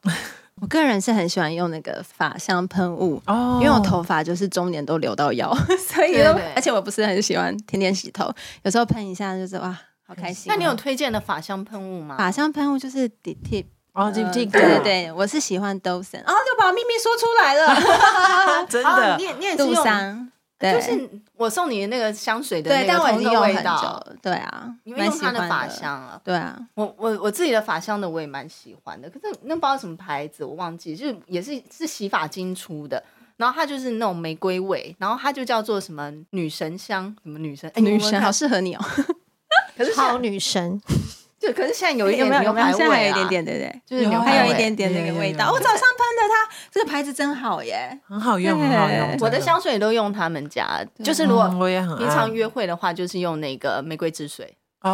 Speaker 4: 我个人是很喜欢用那个发香喷雾，
Speaker 3: 哦
Speaker 4: 因为我头发就是中年都留到腰，所以
Speaker 1: 对
Speaker 4: 都
Speaker 1: 对
Speaker 4: 而且我不是很喜欢天天洗头，有时候喷一下就是哇，好开心
Speaker 2: 啊
Speaker 4: 哦。
Speaker 1: 那你有推荐的法香喷雾吗？
Speaker 3: 啊
Speaker 4: 发香喷雾就是底 tip，
Speaker 3: 哦，这这个
Speaker 4: 嗯对对，对，我是喜欢 Dosen，哦，就把秘密说出来了，
Speaker 3: 真
Speaker 1: 哦，
Speaker 3: 的
Speaker 1: 你也你也是
Speaker 4: 杜
Speaker 1: 用，
Speaker 4: 桑，对，
Speaker 1: 就是我送你的那个香水的
Speaker 4: 对，
Speaker 1: 那
Speaker 4: 但
Speaker 1: 个
Speaker 4: 我已
Speaker 1: 同一
Speaker 4: 经
Speaker 1: 个
Speaker 4: 用
Speaker 1: 味
Speaker 4: 很
Speaker 1: 道，
Speaker 4: 久，对啊，
Speaker 1: 你会
Speaker 4: 蛮
Speaker 1: 用
Speaker 4: 喜
Speaker 1: 它
Speaker 4: 欢
Speaker 1: 的法，香啊。
Speaker 4: 对啊，
Speaker 1: 我我我自己的法香的我也蛮喜欢的，可是那不知道什么牌子，我忘记，就是也是是洗发精出的，然后它就是那种玫瑰味，然后它就叫做什么女神香，什么女神，哎，你
Speaker 4: 女
Speaker 1: 闻闻
Speaker 4: 神
Speaker 1: 看
Speaker 4: 好适合你哦，
Speaker 1: 可是现
Speaker 5: 好
Speaker 1: 在
Speaker 5: 女神，
Speaker 1: 就可是现在有一点
Speaker 4: 有没 有
Speaker 1: 牛
Speaker 4: 有没有？
Speaker 1: 排
Speaker 4: 现在还有
Speaker 1: 味
Speaker 4: 一
Speaker 1: 啊，
Speaker 4: 点点，对不对？
Speaker 1: 就是牛排
Speaker 3: 有
Speaker 1: 味，
Speaker 4: 还有一啊点点那
Speaker 3: 有
Speaker 4: 个
Speaker 3: 有
Speaker 4: 味
Speaker 3: 有
Speaker 4: 道，哦我早上喷的它，这个牌子真好耶，
Speaker 3: 很好用，很好用。
Speaker 4: 对
Speaker 1: 我的
Speaker 3: 真
Speaker 1: 香水都用他们家，就是如
Speaker 3: 嗯
Speaker 1: 果
Speaker 3: 我也很爱
Speaker 1: 平常约会的话，就是用那个玫瑰之水。
Speaker 3: 哦，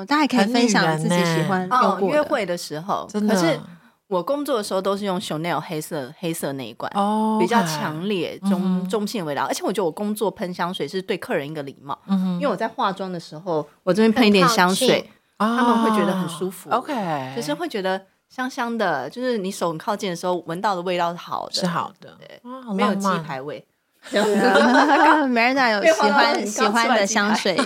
Speaker 4: 哦，大家也可以分享自己喜欢用
Speaker 1: 哦，
Speaker 4: 过
Speaker 1: 约
Speaker 4: 的。
Speaker 1: 会的时候，
Speaker 3: 真的
Speaker 1: 可是我工作的时候都是用 Chanel 黑色黑色那一罐，
Speaker 3: 哦，
Speaker 1: 比较强烈中、
Speaker 3: 嗯哼
Speaker 1: 中性的味道。而且我觉得我工作喷香水是对客人一个礼貌，
Speaker 3: 嗯哼，
Speaker 1: 因为我在化妆的时候，我这边喷一点香
Speaker 5: 很靠
Speaker 1: 水
Speaker 5: 近，
Speaker 3: 他
Speaker 1: 们会觉得很舒服
Speaker 3: OK，
Speaker 1: 就是会觉得香香的，就是你手很靠近的时候闻到的味道是好的，
Speaker 3: 是好的
Speaker 1: 对，
Speaker 3: 哇好
Speaker 1: 没有
Speaker 3: 浪
Speaker 1: 鸡
Speaker 3: 漫
Speaker 1: 排味。
Speaker 4: Merida 啊有喜欢喜欢的香水，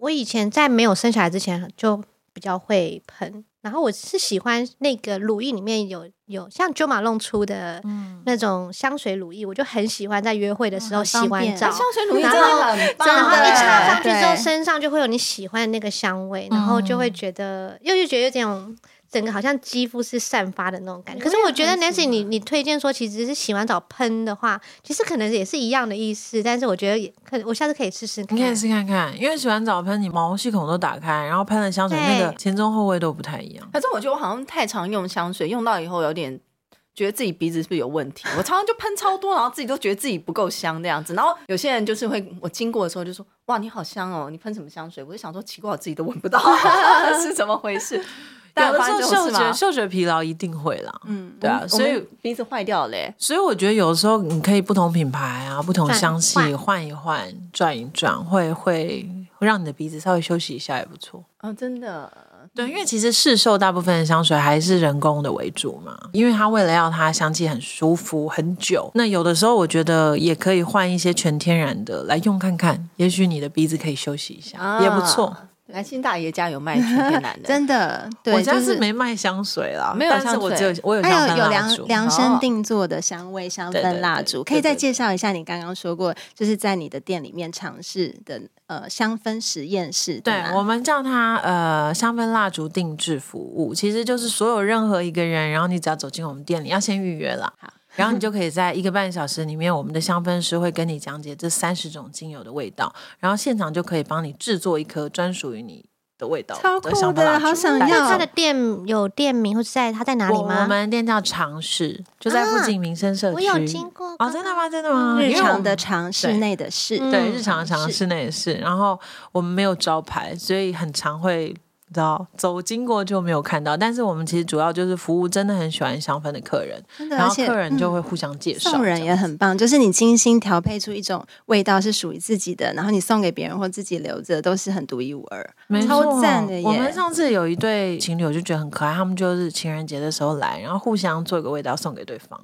Speaker 5: 我以前在没有生小孩之前就比较会喷，然后我是喜欢那个乳液里面有有像 Jo Malone 出的那种香水乳液，我就很喜欢在约会的时候
Speaker 4: 很
Speaker 5: 洗
Speaker 4: 方
Speaker 5: 完
Speaker 4: 便
Speaker 5: 澡
Speaker 1: 香。水乳液
Speaker 5: 然
Speaker 1: 真
Speaker 5: 后
Speaker 1: 的很棒，
Speaker 4: 真的
Speaker 5: 然后一插上去之后，
Speaker 4: 对
Speaker 5: 身上就会有你喜欢的那个香味，然后就会觉得，又就觉得有点整个好像肌肤是散发的那种感觉。可是我觉得 Nancy，你你推荐说，其实是洗完澡喷的话，其实可能也是一样的意思，但是我觉得也可，我下次可以试试看。
Speaker 3: 你可以试看看，因为洗完澡喷，你毛细孔都打开，然后喷的香水那
Speaker 5: 对
Speaker 3: 个前中后味都不太一样。
Speaker 1: 可是我觉得我好像太常用香水，用到以后有点觉得自己鼻子是不是有问 题？我常常就喷超多，然后自己都觉得自己不够香这样子。然后有些人就是会，我经过的时候就说：“哇，你好香哦，你喷什么香水？”我就想说，奇怪，我自己都闻不到 是怎么回 事。
Speaker 3: 有的
Speaker 1: 大
Speaker 3: 时
Speaker 1: 家
Speaker 3: 候
Speaker 1: 有发现这种
Speaker 3: 嗅
Speaker 1: 事吗
Speaker 3: 觉嗅觉疲劳一定会啦，嗯，对啊，
Speaker 1: 我
Speaker 3: 所
Speaker 1: 们
Speaker 3: 以
Speaker 1: 鼻子坏掉嘞、
Speaker 3: 所以我觉得有时候你可以不同品牌啊，不同
Speaker 5: 转
Speaker 3: 香气
Speaker 5: 换
Speaker 3: 换一换，转一转，会会会让你的鼻子稍微休息一下也不错。
Speaker 1: 哦，真的，
Speaker 3: 对，因为其实市售大部分的香水还是人工的为主嘛，因为它为了要它香气很舒服很久，那有的时候我觉得也可以换一些全天然的来用看看，也许你的鼻子可以休息一下，
Speaker 1: 啊
Speaker 3: 也不错。
Speaker 1: 蓝心大爷家有卖纯天然 的，
Speaker 4: 真的，对，
Speaker 3: 我家
Speaker 4: 就是
Speaker 3: 没卖香水啦，
Speaker 1: 没有
Speaker 3: 但
Speaker 1: 香
Speaker 3: 是我
Speaker 1: 水
Speaker 3: 只有我有
Speaker 4: 还
Speaker 3: 香
Speaker 4: 有
Speaker 3: 氛
Speaker 4: 有
Speaker 3: 蜡
Speaker 4: 量
Speaker 3: 烛。
Speaker 4: 量
Speaker 1: 哦
Speaker 4: 身定做的香味香
Speaker 3: 对对对
Speaker 4: 氛蜡
Speaker 3: 对
Speaker 4: 烛，可以再
Speaker 3: 对对
Speaker 4: 介绍一下你刚刚说过，就是在你的店里面尝试的呃香氛实验室，
Speaker 3: 对
Speaker 4: 吗
Speaker 3: 我们叫它呃香氛蜡烛定制服务，其实就是所有任何一个人，然后你只要走进我们店里，要先预约啦。然后你就可以在一个半小时里面，我们的香氛师会跟你讲解这三十种精油的味道，然后现场就可以帮你制作一颗专属于你的味道
Speaker 4: 超
Speaker 3: 的
Speaker 4: 酷
Speaker 3: 香氛蜡
Speaker 4: 的，
Speaker 3: 烛。
Speaker 4: 好想
Speaker 5: 那他
Speaker 4: 要
Speaker 5: 的。店有店名，或是在他在哪里
Speaker 3: 我我
Speaker 5: 吗？
Speaker 3: 们店叫尝试，就在附近民生社区。
Speaker 5: 我有经过
Speaker 3: 啊哦，真的吗？真的吗？
Speaker 4: 日
Speaker 3: 因为我
Speaker 4: 常
Speaker 3: 们
Speaker 4: 的尝室
Speaker 3: 对
Speaker 4: 内的事，
Speaker 3: 对，
Speaker 5: 嗯
Speaker 3: 日常常室内也是。然后我们没有招牌，所以很常会你知道走经过就没有看到。但是我们其实主要就是服务真的很喜欢香氛的客人，
Speaker 4: 真的，
Speaker 3: 然
Speaker 4: 而
Speaker 3: 后
Speaker 4: 且
Speaker 3: 客人
Speaker 4: 嗯
Speaker 3: 就会互相介绍。
Speaker 4: 送人
Speaker 3: 这
Speaker 4: 也
Speaker 3: 样
Speaker 4: 很棒，就是你精心调配出一种味道是属于自己的，然后你送给别人或自己留着，都是很独一无二，
Speaker 3: 没
Speaker 4: 超
Speaker 3: 错
Speaker 4: 赞的耶！
Speaker 3: 我们上次有一对情侣，我就觉得很可爱，他们就是情人节的时候来，然后互相做一个味道送给对方。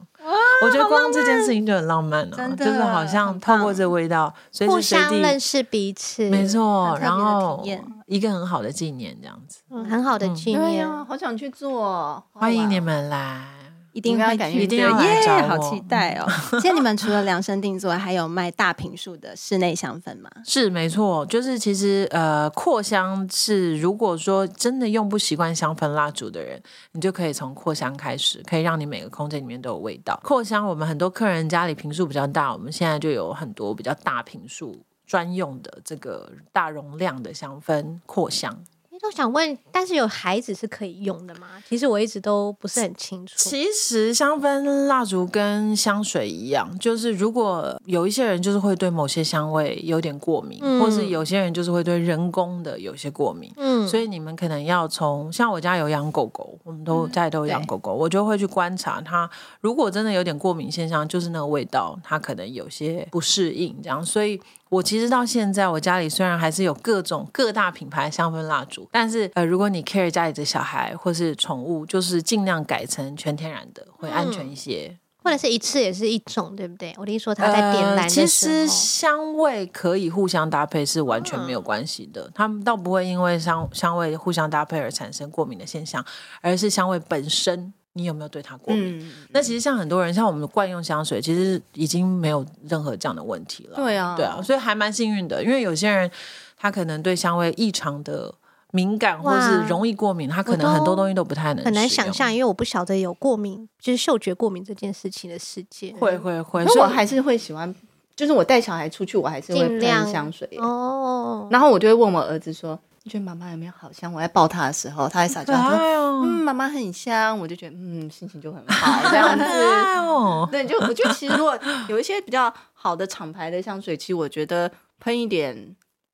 Speaker 3: 我觉得光这件事情就很浪漫了、
Speaker 4: 真的
Speaker 3: 就是好像
Speaker 4: 很棒
Speaker 3: 透过这个味道，随
Speaker 5: 互
Speaker 3: 时随
Speaker 5: 相认
Speaker 3: 地。
Speaker 5: 识彼此，
Speaker 3: 没错，
Speaker 4: 很特别的
Speaker 3: 然后
Speaker 4: 体验
Speaker 3: 一个很好的纪念这样子，
Speaker 5: 嗯，很好的纪
Speaker 1: 对
Speaker 5: 念
Speaker 1: 呀、。好想去做哦，好好
Speaker 3: 欢迎
Speaker 1: 玩
Speaker 3: 你
Speaker 1: 哦。
Speaker 3: 们来。
Speaker 4: 一定
Speaker 1: 应该
Speaker 4: 会
Speaker 1: 感觉
Speaker 4: 去的
Speaker 3: 一定要来
Speaker 4: 耶
Speaker 3: 找我
Speaker 4: 好期待 哦！现在你们除了量身定做，还有卖大瓶数的室内香氛吗？
Speaker 3: 是没错，就是其实呃，扩香是如果说真的用不习惯香氛蜡烛的人，你就可以从扩香开始，可以让你每个空间里面都有味道。扩香我们很多客人家里瓶数比较大，我们现在就有很多比较大瓶数。专用的这个大容量的香氛扩香，
Speaker 5: 诶都想问，但是有孩子是可以用的吗？其实我一直都不是很清楚。
Speaker 3: 其实香氛蜡烛跟香水一样，就是如果有一些人就是会对某些香味有点过敏，
Speaker 5: 嗯
Speaker 3: 或是有些人就是会对人工的有些过敏，
Speaker 5: 嗯，
Speaker 3: 所以你们可能要从像我家有养狗狗，我们都家里都有养狗狗，我就会去观察它。如果真的有点过敏现象，就是那个味道，它可能有些不适应这样，所以我其实到现在，我家里虽然还是有各种各大品牌香氛蜡烛，但是呃，如果你 care 家里的小孩或是宠物，就是尽量改成全天然的，会安全一些。
Speaker 5: 或者是一次也是一种，对不对？我听说他在点燃
Speaker 3: 呃
Speaker 5: 的
Speaker 3: 其
Speaker 5: 时
Speaker 3: 实
Speaker 5: 候
Speaker 3: 香味可以互相搭配，是完全没
Speaker 5: 嗯
Speaker 3: 有关系的。他们倒不会因为香香味互相搭配而产生过敏的现象，而是香味本身，你有没有对它过敏？
Speaker 1: 嗯，
Speaker 3: 那其实像很多人，像我们惯用香水，其实已经没有任何这样的问题了。
Speaker 1: 对啊，
Speaker 3: 对
Speaker 5: 哦
Speaker 3: 啊，所以还蛮幸运的，因为有些人他可能对香味异常的敏感，或
Speaker 5: 哇
Speaker 3: 是容易过敏，他可
Speaker 5: 我
Speaker 3: 能
Speaker 5: 都
Speaker 3: 很多东西都不太能
Speaker 5: 很难
Speaker 3: 使用
Speaker 5: 想象，。因为我不晓得有过敏，就是嗅觉过敏这件事情的世界。
Speaker 3: 会会会，
Speaker 1: 那
Speaker 3: 所
Speaker 1: 我
Speaker 3: 以
Speaker 1: 还是会喜欢，就是我带小孩出去，我还是会
Speaker 5: 尽
Speaker 1: 喷
Speaker 5: 量
Speaker 1: 香水耶。
Speaker 5: 哦，
Speaker 1: 然后我就会问我儿子说：“你觉得妈妈有没有好香？”我在抱他的时候，他在撒娇，
Speaker 3: 可
Speaker 1: 他说
Speaker 3: 爱哦，
Speaker 1: 嗯，妈妈很香，我就觉得嗯，心情就很好这样
Speaker 3: 可爱
Speaker 1: 子。
Speaker 3: 哦。
Speaker 1: 对，就我觉得其实如果有一些比较好的厂牌的香水，其实我觉得喷一点，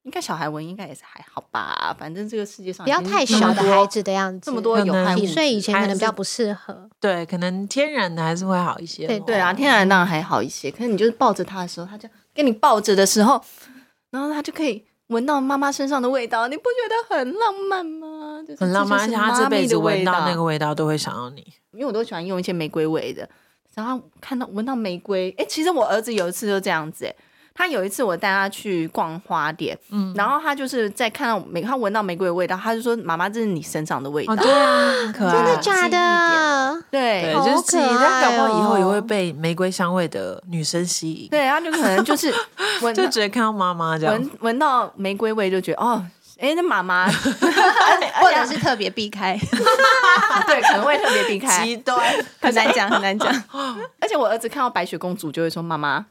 Speaker 1: 应该小孩闻应该也是还好吧。反正这个世界上
Speaker 5: 不要
Speaker 1: 已
Speaker 3: 嗯
Speaker 1: 经
Speaker 5: 太
Speaker 1: 这么
Speaker 5: 小的
Speaker 1: 多
Speaker 5: 孩，子的样子，
Speaker 1: 这么多有
Speaker 3: 可
Speaker 1: 害
Speaker 3: 能
Speaker 1: 物
Speaker 5: 几
Speaker 1: 质
Speaker 5: 岁以前可能比较
Speaker 3: 还是
Speaker 5: 不适合。
Speaker 3: 对，可能天然的还是会好一些咯。
Speaker 5: 对
Speaker 1: 对啊，天然当然还好一些，可是你就是抱着它的时候，它就跟你抱着的时候，然后它就可以闻到妈妈身上的味道，你不觉得很浪漫吗？就是
Speaker 3: 很浪漫，
Speaker 1: 这就
Speaker 3: 而且
Speaker 1: 是
Speaker 3: 他这
Speaker 1: 妈
Speaker 3: 辈
Speaker 1: 咪
Speaker 3: 子
Speaker 1: 的
Speaker 3: 闻
Speaker 1: 味道
Speaker 3: 到那个，味道都会想要你。
Speaker 1: 因为我都喜欢用一些玫瑰味的，然后看到闻到玫瑰，哎，其实我儿子有一次就这样子、诶他有一次我带他去逛花店，嗯，然后他就是在看到玫，他闻到玫瑰的味道，他就说：“妈妈，这是你身上的味道。
Speaker 3: 哦，对啊，很可爱。
Speaker 5: 真的假的？
Speaker 1: 对
Speaker 3: 对，
Speaker 5: 好
Speaker 3: 就是自己，
Speaker 5: 可
Speaker 3: 但搞不好以后也
Speaker 5: 爱哦
Speaker 3: 会被玫瑰香味的女生吸引，
Speaker 1: 对，他就可能就是闻
Speaker 3: 就
Speaker 1: 到
Speaker 3: 直接看到妈妈这样
Speaker 1: 闻。闻到玫瑰味就觉得哦，哎、那妈 妈
Speaker 4: 或者是特别避开，
Speaker 1: 对可能会特别避开，
Speaker 3: 极端，
Speaker 4: 很难讲，很难讲。
Speaker 1: 而且我儿子看到白雪公主就会说妈妈，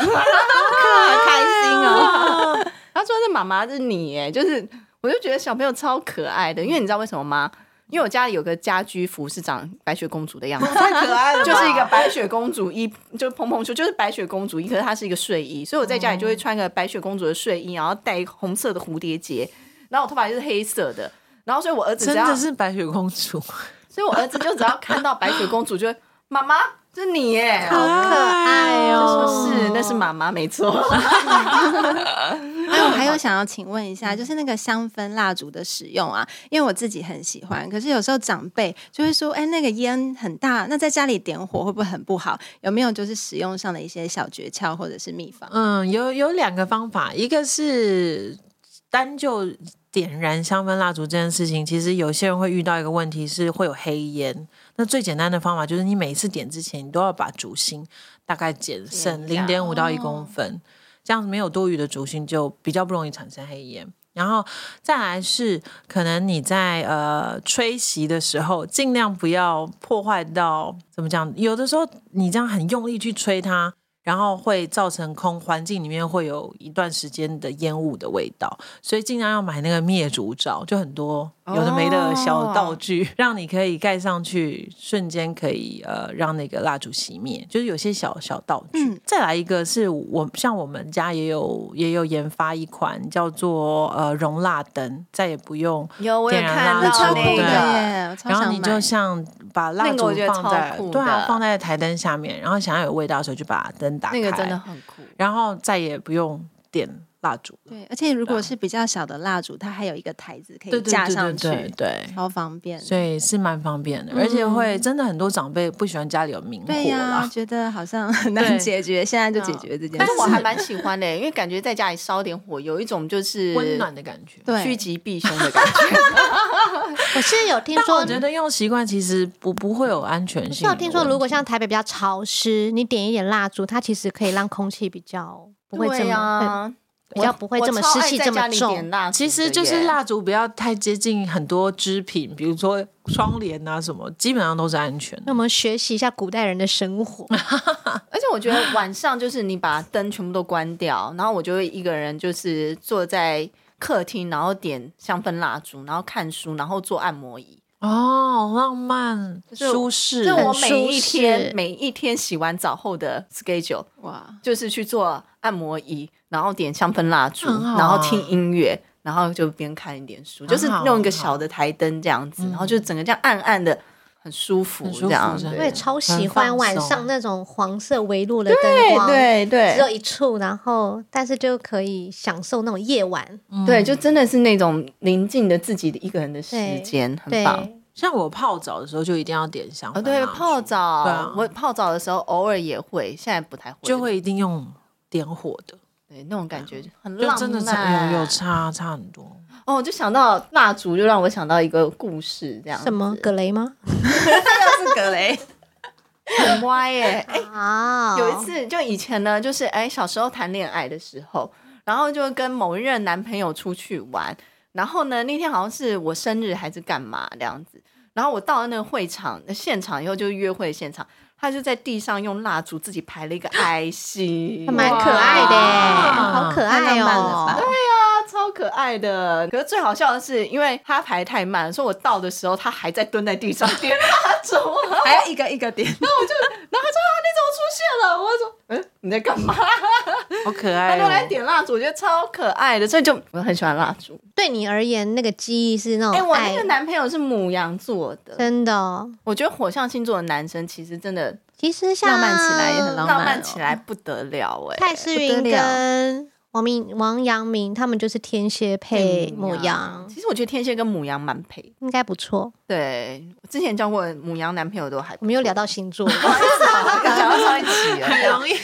Speaker 1: 很开心 哦。他说这妈妈是你耶，就是我就觉得小朋友超可爱
Speaker 3: 嗯
Speaker 1: 的，因为你知道为什么吗？因为我家里有个家居服是长白雪公主的样子，
Speaker 3: 太可爱了吧，
Speaker 1: 就是一个白雪公主衣，就蓬蓬袖，就是白雪公主衣，可是它是一个睡衣，所以我在家里就会穿个白雪公主的睡衣，然后戴一个红色的蝴蝶结，然后我头发就是黑色的，然后所以我儿子只
Speaker 3: 真
Speaker 1: 要，
Speaker 3: 的是白雪公主，
Speaker 1: 所以我儿子就只要看到白雪公主就会妈妈，这是你耶，
Speaker 5: 好可爱哦！
Speaker 1: 是那是妈妈没 错，
Speaker 4: 哎，我还有想要请问一下，就是那个香氛蜡烛的使用啊，因为我自己很喜欢，可是有时候长辈就会说，哎，那个烟很大，那在家里点火会不会很不好？有没有就是使用上的一些小诀窍或者是秘 方？
Speaker 3: 嗯，有有两个方法，一个是单就点燃香氛蜡烛这件事情，其实有些人会遇到一个问题是会有黑烟。那最简单的方法就是你每一次点之前，你都要把烛芯大概减剩零
Speaker 1: 减
Speaker 3: 点五到一公分，这样子没有多余的烛芯就比较不容易产生黑烟。然后再来是，可能你在呃吹熄的时候，尽量不要破坏到怎么讲？有的时候你这样很用力去吹它，然后会造成空环境里面会有一段时间的烟雾的味道，所以尽量要买那个灭烛罩，就很多
Speaker 1: 哦
Speaker 3: 有的没的小道具， 让你可以盖上去，瞬间可以呃让那个蜡烛熄灭，就是有些小小道具。
Speaker 1: 嗯
Speaker 3: 再来一个是我像我们家也有也有研发一款叫做呃容蜡灯，再也不用
Speaker 1: 有我有
Speaker 3: 点燃
Speaker 1: 看
Speaker 3: 蜡
Speaker 1: 到
Speaker 3: 烛
Speaker 4: 超酷的
Speaker 1: 那个。
Speaker 4: 耶，我超
Speaker 3: 然后
Speaker 4: 想
Speaker 3: 你
Speaker 4: 买
Speaker 3: 就像把蜡
Speaker 1: 那个
Speaker 3: 烛
Speaker 1: 我觉得
Speaker 3: 放在
Speaker 1: 超酷
Speaker 3: 对啊
Speaker 1: 的
Speaker 3: 放在台灯下面，然后想要有味道的时候就把灯打开，
Speaker 1: 那个真的很酷，
Speaker 3: 然后再也不用点蜡烛了。
Speaker 4: 对，而且如
Speaker 3: 啊
Speaker 4: 果是比较小的蜡烛，它还有一个台子可以
Speaker 3: 对对
Speaker 4: 架上
Speaker 3: 对
Speaker 4: 去，
Speaker 3: 对对，
Speaker 4: 超方便。
Speaker 3: 所以是蛮方便的，而且会真的很多长辈不喜欢家里有明火啊
Speaker 4: 对呀、
Speaker 3: 啦。
Speaker 4: 觉得好像很
Speaker 3: 对
Speaker 4: 难解决，现在就解决这件事。
Speaker 1: 但是我还蛮喜欢的，因为感觉在家里烧点火，有一种就是
Speaker 3: 温暖的感觉，
Speaker 4: 对
Speaker 1: 趋吉避凶的感觉。
Speaker 5: 我是有听
Speaker 3: 但
Speaker 5: 说
Speaker 3: 我觉得用习惯其实不不会有安全
Speaker 5: 是
Speaker 3: 性的
Speaker 5: 有
Speaker 3: 问题。
Speaker 5: 听
Speaker 1: 啊
Speaker 5: 说，如果像台北比较潮湿，你点一点蜡烛，它其实可以让空气比较不会 这
Speaker 1: 对
Speaker 5: 么、呃
Speaker 1: 啊，
Speaker 5: 比较不会这么湿气这么重。
Speaker 1: 重。
Speaker 3: 其实就是蜡烛不要太接近很多织品，比如说窗帘啊什么，基本上都是安全
Speaker 5: 那
Speaker 3: 的。
Speaker 5: 我们学习一下古代人的生活，
Speaker 1: 而且我觉得晚上就是你把灯全部都关掉，然后我就会一个人就是坐在客厅，然后点香氛蜡烛，然后看书，然后做按摩椅。
Speaker 3: 哦，浪漫
Speaker 1: 就是
Speaker 3: 舒适，
Speaker 1: 这我
Speaker 5: 很
Speaker 1: 每一
Speaker 5: 舒适
Speaker 1: 天每一天洗完澡后的 schedule
Speaker 4: 哇，
Speaker 1: 就是去做按摩椅，然后点香氛蜡烛，
Speaker 3: 很好啊
Speaker 1: 然后听音乐。然后就边看一点书，
Speaker 3: 很好
Speaker 1: 就是弄一个小的台灯这样子，
Speaker 3: 很好
Speaker 1: 然后就整个这样暗暗的，很舒服
Speaker 3: 很舒服
Speaker 1: 这样。
Speaker 3: 是吧
Speaker 5: 我
Speaker 1: 对
Speaker 5: 也超喜
Speaker 3: 很
Speaker 5: 欢
Speaker 3: 放
Speaker 5: 晚
Speaker 3: 松
Speaker 5: 上那种黄色微弱的灯光，
Speaker 1: 对
Speaker 5: 只有
Speaker 1: 对
Speaker 5: 一处，然后但是就可以享受那种夜晚。
Speaker 3: 嗯
Speaker 1: 对，就真的是那种宁静的自己的一个人的时
Speaker 5: 对
Speaker 1: 间，很
Speaker 5: 对，
Speaker 1: 棒。
Speaker 3: 像我泡澡的时候就一定要点香
Speaker 1: 哦，
Speaker 3: 氛蜡烛、
Speaker 1: 对，泡澡，
Speaker 3: 对啊
Speaker 1: 我泡澡的时候偶尔也会，现在不太会，
Speaker 3: 就会一定用点火的，
Speaker 1: 对那种感觉就很
Speaker 3: 就
Speaker 1: 浪漫。
Speaker 3: 真的差有有差差很多。
Speaker 1: 哦，我就想到蜡烛，就让我想到一个故事，这样
Speaker 5: 什么葛雷吗？
Speaker 1: 是格雷， 很歪耶、哎
Speaker 5: 啊
Speaker 1: 有一次，就以前呢，就是哎、小时候谈恋爱的时候，然后就跟某一任男朋友出去玩，然后呢，那天好像是我生日还是干嘛这样子，然后我到了那个会场呃现场以后，就是约会现场，他就在地上用蜡烛自己排了一个爱心，
Speaker 5: 还蛮可爱的耶，好可爱
Speaker 4: 太浪漫了吧
Speaker 5: 哦！
Speaker 1: 超可爱的。可是最好笑的是，因为他排太慢，所以我到的时候他还在蹲在地上点蜡烛，然
Speaker 4: 还要一个一个点，
Speaker 1: 后他说啊，你怎么出现了？我就说，嗯，你在干嘛？
Speaker 3: 好可
Speaker 1: 他
Speaker 3: 爱、
Speaker 1: 就来
Speaker 3: 哦！
Speaker 1: 点蜡烛，我觉得超可爱的，所以就我很喜欢蜡烛。
Speaker 5: 对你而言，那个记忆是那
Speaker 1: 哎、
Speaker 5: 种
Speaker 1: 我
Speaker 5: 爱
Speaker 1: 那个，男朋友是母羊座的，
Speaker 5: 真的哦。
Speaker 1: 我觉得火象星座的男生其实真的
Speaker 5: 其实像
Speaker 4: 浪漫起来也很浪漫哦
Speaker 1: 浪漫起来不得了哎、
Speaker 5: 蔡诗芸
Speaker 4: 不得了
Speaker 5: 跟王明、王阳明他们就是天蝎配母羊，
Speaker 1: 其实我觉得天蝎跟母羊蛮配的。
Speaker 5: 应该不错。
Speaker 1: 对，我之前交过母羊男朋友都还 不错，
Speaker 5: 我们又聊到星座了，
Speaker 1: 啊讲到上一起了。
Speaker 3: 容易，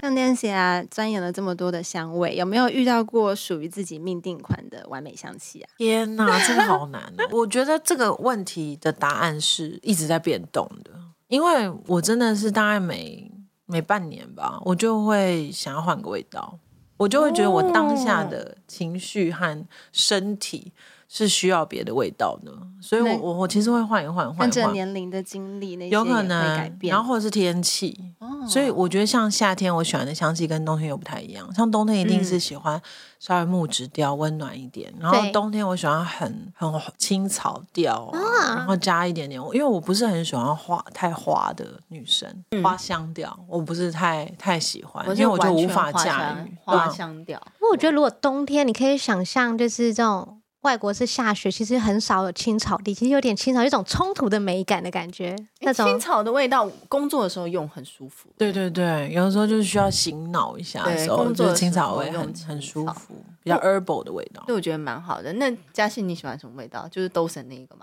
Speaker 4: 像 Nancy 啊，钻研了这么多的香味，有没有遇到过属于自己命定款的完美香气啊？
Speaker 3: 天哪，真的好难、哦。 我觉得这个问题的答案是一直在变动的，因为我真的是大概每每半年吧，我就会想要换个味道，我就会觉得我当下
Speaker 1: 哦
Speaker 3: 的情绪和身体是需要别的味道的，所以我
Speaker 4: 那
Speaker 3: 我我其实会换一换换
Speaker 4: 跟
Speaker 3: 一
Speaker 4: 着
Speaker 3: 换。
Speaker 4: 年龄的经历，那些
Speaker 3: 有
Speaker 4: 也
Speaker 3: 可
Speaker 4: 会
Speaker 3: 能
Speaker 4: 改变。
Speaker 3: 然后或者是天气，
Speaker 1: 哦
Speaker 3: 所以我觉得像夏天我喜欢的香气跟冬天又不太一样。像冬天一
Speaker 1: 嗯
Speaker 3: 定是喜欢稍微木质调、温暖一点，然后
Speaker 5: 对
Speaker 3: 冬天我喜欢很很青草调、啊，然后加一点点，因为我不是很喜欢花太花的女生，
Speaker 1: 嗯
Speaker 3: 花香调我不是太太喜欢，因为我就无法驾驭。
Speaker 1: 花
Speaker 3: 对啊
Speaker 1: 香调，
Speaker 5: 不过我觉得如果冬天，你可以想象就是这种。外国是下雪，其实很少有青草地，其实有点青草，有一种冲突的美感的感觉。那
Speaker 1: 青
Speaker 5: 种
Speaker 1: 草的味道，工作的时候用很舒服。
Speaker 3: 对对对，有的时候就是需要醒脑一下的
Speaker 1: 对
Speaker 3: 时候，
Speaker 1: 工
Speaker 3: 就
Speaker 1: 作
Speaker 3: 是
Speaker 1: 的
Speaker 3: 青
Speaker 1: 时
Speaker 3: 草
Speaker 1: 候
Speaker 3: 味
Speaker 1: 用
Speaker 3: 很
Speaker 1: 青
Speaker 3: 很舒
Speaker 1: 草
Speaker 3: 服，比较 herbal 的味道
Speaker 1: 对，。我觉得蛮好的。那嘉信你喜欢什么味道？就是都神那一个吗？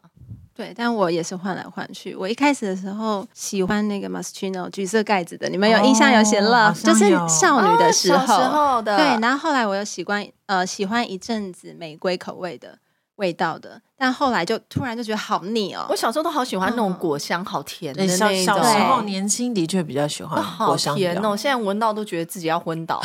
Speaker 4: 对，但我也是换来换去。我一开始的时候喜欢那个 Moschino 橘色盖子的，你们有印象有写
Speaker 3: 哦
Speaker 4: Love，、
Speaker 3: 好像
Speaker 4: 就是
Speaker 3: 有
Speaker 4: 少女的哦时
Speaker 1: 啊小时候的
Speaker 4: 对，然后后来我又喜欢呃喜欢一阵子玫瑰口味的味道的，但后来就突然就觉得好腻哦
Speaker 1: 我。小时候都好喜欢那种果香，好甜的
Speaker 3: 对，
Speaker 1: 那一
Speaker 3: 小
Speaker 1: 种。
Speaker 3: 小时候
Speaker 4: 对
Speaker 3: 年轻的确比较喜欢
Speaker 1: 啊
Speaker 3: 果
Speaker 1: 好
Speaker 3: 香
Speaker 1: 甜
Speaker 3: 料
Speaker 1: 哦！现在闻到都觉得自己要昏倒。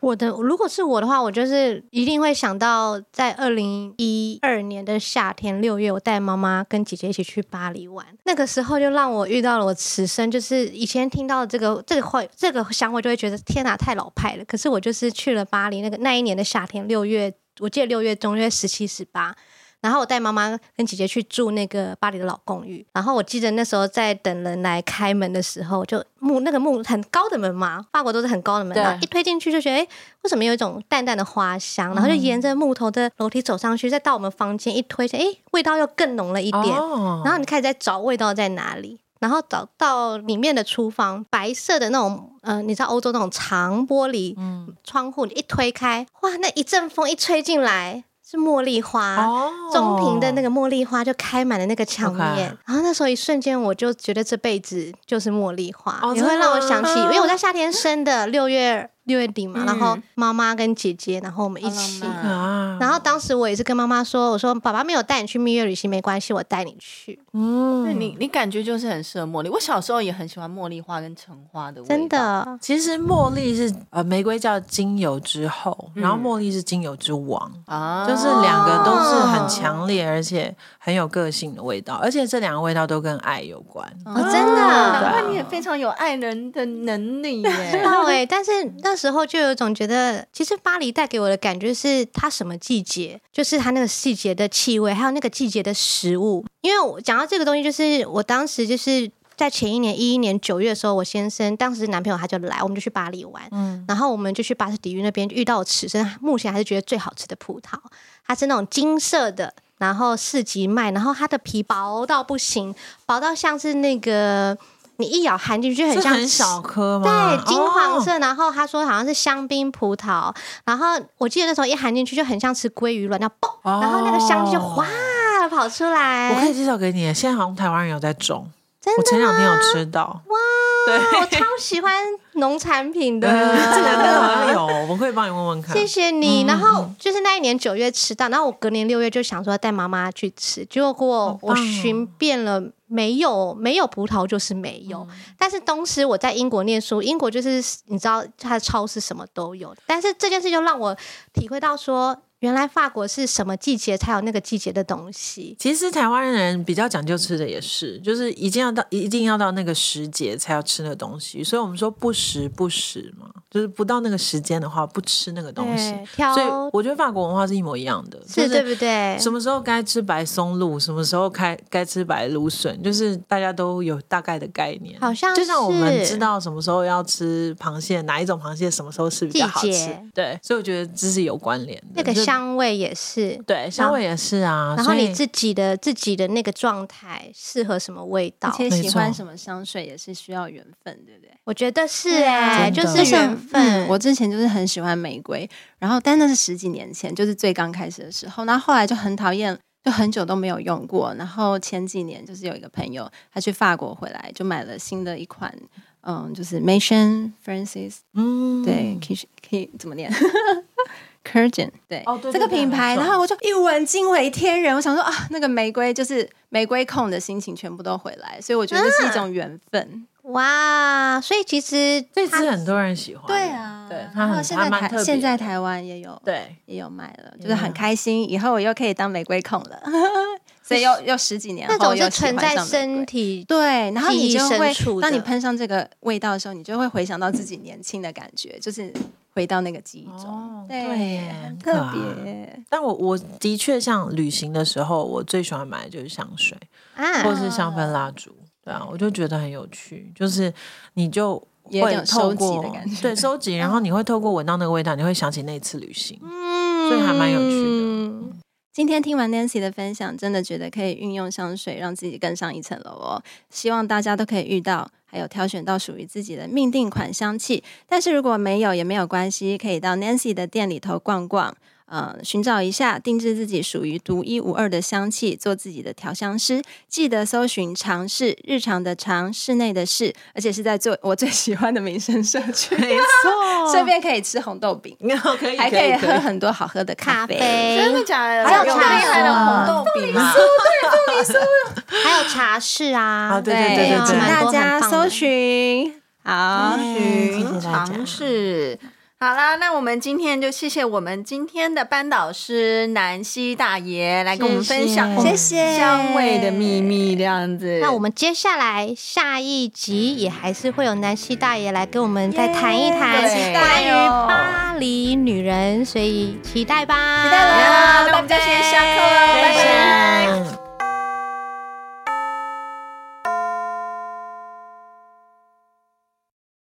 Speaker 5: 我的，如果是我的话，我就是一定会想到在二零一二年的夏天六月，我带妈妈跟姐姐一起去巴黎玩，那个时候就让我遇到了我此生就是以前听到这个这个会这个香味就会觉得天哪、太老派了。可是我就是去了巴黎那个那一年的夏天六月，我记得六月中，六月十七、十八。然后我带妈妈跟姐姐去住那个巴黎的老公寓，然后我记得那时候在等人来开门的时候，就木那个木很高的门嘛，法国都是很高的门，
Speaker 3: 对
Speaker 5: 然后一推进去就觉得，哎，为什么有一种淡淡的花香？然后就
Speaker 3: 嗯
Speaker 5: 沿着木头的楼梯走上去，再到我们房间一推，哎，味道又更浓了一点。
Speaker 3: 哦
Speaker 5: 然后你开始在找味道在哪里，然后找到里面的厨房，白色的那种，呃，你知道欧洲那种长玻璃
Speaker 3: 嗯
Speaker 5: 窗户，你一推开，哇，那一阵风一吹进来是茉莉花。
Speaker 3: 哦
Speaker 5: 中庭的那个茉莉花就开满了那个墙
Speaker 3: OK
Speaker 5: 面然后那时候一瞬间我就觉得这辈子就是茉莉花，
Speaker 3: 哦
Speaker 5: 也
Speaker 3: 真
Speaker 5: 会
Speaker 3: 的
Speaker 5: 让我
Speaker 3: 吗
Speaker 5: 想起，因为我在夏天生 的，六月六月底嘛，然后
Speaker 1: 嗯
Speaker 5: 妈妈跟姐姐，然后我们一起，
Speaker 3: 啊，
Speaker 5: 然后当时我也是跟妈妈说，我说爸爸没有带你去蜜月旅行没关系，我带你去。
Speaker 1: 对
Speaker 3: 嗯，
Speaker 1: 你，你感觉就是很适合茉莉。我小时候也很喜欢茉莉花跟橙花的味道。
Speaker 5: 真，的，
Speaker 3: 其实茉莉是呃玫瑰叫精油之后，然后
Speaker 5: 嗯
Speaker 3: 茉莉是精油之王。
Speaker 5: 哦
Speaker 1: 啊，
Speaker 3: 就是两个都是很强烈，而且很有个性的味道，而且这两个味道都跟爱有关。
Speaker 5: 哦，真的。
Speaker 1: 难怪你也非常有爱人的能力 耶。
Speaker 5: 到哎、但是那时候就有一种觉得，其实巴黎带给我的感觉是它什么季节，就是它那个季节的气味，还有那个季节的食物。因为我讲到这个东西，就是我当时就是在前一年一一年九月的时候，我先生当时男朋友他就来，我们就去巴黎玩，嗯，然后我们就去巴士底狱那边遇到我此生目前还是觉得最好吃的葡萄，它是那种金色的。然后市集卖，然后它的皮薄到不行，薄到像是那个你一咬含进去嗯很
Speaker 3: 是
Speaker 5: 像
Speaker 3: 很小颗吗？
Speaker 5: 对，金黄
Speaker 3: 哦
Speaker 5: 色。然后他说好像是香槟葡萄，然后我记得那时候一含进去就很像吃鲑鱼卵，然后嘣，
Speaker 3: 哦
Speaker 5: 然后那个香气就哗跑出
Speaker 3: 我可
Speaker 5: 来哦
Speaker 3: 以。介绍给你，现在好像台湾人有在种，
Speaker 5: 真
Speaker 3: 我
Speaker 5: 的
Speaker 3: 前两天有吃到。哇，
Speaker 5: 我
Speaker 3: 对，
Speaker 5: 超喜欢农产品
Speaker 3: 对 这两天好像
Speaker 5: 的。
Speaker 3: 有，我可以帮你问问看。
Speaker 5: 谢谢
Speaker 3: 嗯
Speaker 5: 你。然后就是那一年九月吃到，然后我隔年六月就想说带妈妈去吃，结果
Speaker 3: 棒
Speaker 5: 我
Speaker 3: 哦
Speaker 5: 寻遍了没有没有葡萄就是没有。
Speaker 3: 嗯
Speaker 5: 但是当时我在英国念书，英国就是你知道它的超市什么都有，但是这件事就让我体会到说，原来法国是什么季节才有那个季节的东西。
Speaker 3: 其实台湾人比较讲究吃的也是，就是一定要到一定要到那个时节才要吃那个东西，所以我们说不时不食嘛，就是不到那个时间的话不吃那个东西
Speaker 5: 对。挑
Speaker 3: 所以我觉得法国文化是一模一样的，就是
Speaker 5: 对不对？
Speaker 3: 什么时候该吃白松露，什么时候该该吃白芦笋，就是大家都有大概的概念。
Speaker 5: 好像
Speaker 3: 就像我们
Speaker 5: 是
Speaker 3: 知道什么时候要吃螃蟹，哪一种螃蟹什么时候吃比较好
Speaker 5: 季
Speaker 3: 吃
Speaker 5: 节，
Speaker 3: 对，所以我觉得这是有关联的。
Speaker 5: 那个
Speaker 3: 就
Speaker 5: 香味也是。
Speaker 3: 对香味也是啊，
Speaker 5: 然后
Speaker 3: 所以
Speaker 5: 你自己的自己的那个状态适合什么味
Speaker 4: 而
Speaker 5: 道？
Speaker 4: 且
Speaker 3: 没
Speaker 4: 喜欢
Speaker 3: 错
Speaker 4: 什么香水也是需要缘分，对不对？
Speaker 5: 我觉得是
Speaker 4: 对啊
Speaker 5: 哎、
Speaker 3: 真
Speaker 5: 就
Speaker 3: 的
Speaker 5: 是缘分。
Speaker 4: 嗯我之前就是很喜欢玫瑰，然后但那是十几年前，就是最刚开始的时候，然后后来就很讨厌，就很久都没有用过。然后前几年就是有一个朋友，他去法国回来就买了新的一款，嗯，就是 Mason Francis，
Speaker 3: 嗯
Speaker 4: 对 k i s h k 怎么念 c u r g e n 对，
Speaker 3: 哦对对
Speaker 4: 这个
Speaker 3: 对
Speaker 4: 品牌，
Speaker 3: 没错
Speaker 4: 然后我就一闻惊为天人，我想说啊，那个玫瑰就是玫瑰控的心情全部都回来，所以我觉得这是
Speaker 3: 啊
Speaker 4: 一种缘分。
Speaker 5: 哇，所以其实
Speaker 3: 这
Speaker 5: 它啊
Speaker 3: 支很多人喜欢，对它
Speaker 4: 然后
Speaker 3: 很
Speaker 4: 现
Speaker 3: 它
Speaker 4: 在
Speaker 3: 蛮特
Speaker 4: 台
Speaker 3: 别
Speaker 4: 现在
Speaker 3: 的
Speaker 4: 台湾也有
Speaker 3: 对。
Speaker 4: 也有卖了，
Speaker 3: 有
Speaker 4: 就是很开心，以后我又可以当玫瑰控了， 所以又又十几年
Speaker 5: 那
Speaker 4: 后
Speaker 5: 种
Speaker 4: 又
Speaker 5: 是
Speaker 4: 喜欢
Speaker 5: 存在
Speaker 4: 上玫
Speaker 5: 身
Speaker 4: 瑰。
Speaker 5: 体
Speaker 4: 对，然后
Speaker 5: 记
Speaker 4: 你
Speaker 5: 忆
Speaker 4: 就
Speaker 5: 深
Speaker 4: 会
Speaker 5: 处，
Speaker 4: 当你
Speaker 5: 的
Speaker 4: 喷上这个味道的时候，你就会回想到自己年轻的感 觉，就是回到那个记忆中。
Speaker 3: 哦对
Speaker 4: 对
Speaker 3: 耶，
Speaker 4: 很
Speaker 3: 很
Speaker 4: 特
Speaker 3: 可爱
Speaker 4: 别。
Speaker 3: 但我我的确像旅行的时候，我最喜欢买的就是香水，或
Speaker 5: 啊，
Speaker 3: 是香氛蜡烛。对啊，我就觉得很有趣，就是你就
Speaker 4: 也有
Speaker 3: 会
Speaker 4: 点
Speaker 3: 透
Speaker 4: 收集
Speaker 3: 过
Speaker 4: 的感觉
Speaker 3: 对收集，然后你会透过闻到那个味道，你会想起那次旅行。
Speaker 5: 嗯
Speaker 3: 所以还蛮有趣的
Speaker 5: 的。
Speaker 4: 嗯今天听完 Nancy 的分享，真的觉得可以运用香水让自己更上一层楼哦。希望大家都可以遇到，还有挑选到属于自己的命定款香气。但是如果没有也没有关系，可以到 Nancy 的店里头逛逛，呃，寻找一下定制自己属于独一无二的香气，做自己的调香师。记得搜寻“尝试日常的尝，室内的室”，而且是在做我最喜欢的民生社区，
Speaker 3: 没错，
Speaker 4: 顺便可以吃红豆饼，
Speaker 1: 哦
Speaker 3: 可以
Speaker 4: 还可以喝
Speaker 3: 以
Speaker 4: 很多好喝的咖
Speaker 5: 咖
Speaker 4: 啡。
Speaker 1: 真的
Speaker 5: 啡，
Speaker 1: 假的？
Speaker 4: 还有
Speaker 1: 哎有啊
Speaker 4: 茶
Speaker 1: 厉害的红豆饼吗？
Speaker 5: 还有茶室啊，
Speaker 3: 啊对对对对
Speaker 4: 请
Speaker 3: 对
Speaker 4: 大家搜
Speaker 5: 寻。
Speaker 4: 寻。好，
Speaker 3: 谢谢
Speaker 1: 寻
Speaker 3: 大家
Speaker 1: 尝试。好啦，那我们今天就谢谢我们今天的班导师南希大爷来跟我们分享
Speaker 3: 谢
Speaker 4: 谢谢
Speaker 1: 香味的秘密，这样子。
Speaker 5: 那我们接下来下一集也还是会有南希大爷来跟我们再谈一
Speaker 1: 耶
Speaker 5: 谈关
Speaker 4: 期待
Speaker 5: 于
Speaker 4: 哦
Speaker 5: 巴黎女人，所以期待吧，期
Speaker 4: 期待
Speaker 1: 呀，
Speaker 4: 了
Speaker 1: 那我们就先下课喽，拜
Speaker 4: 拜拜
Speaker 1: 拜。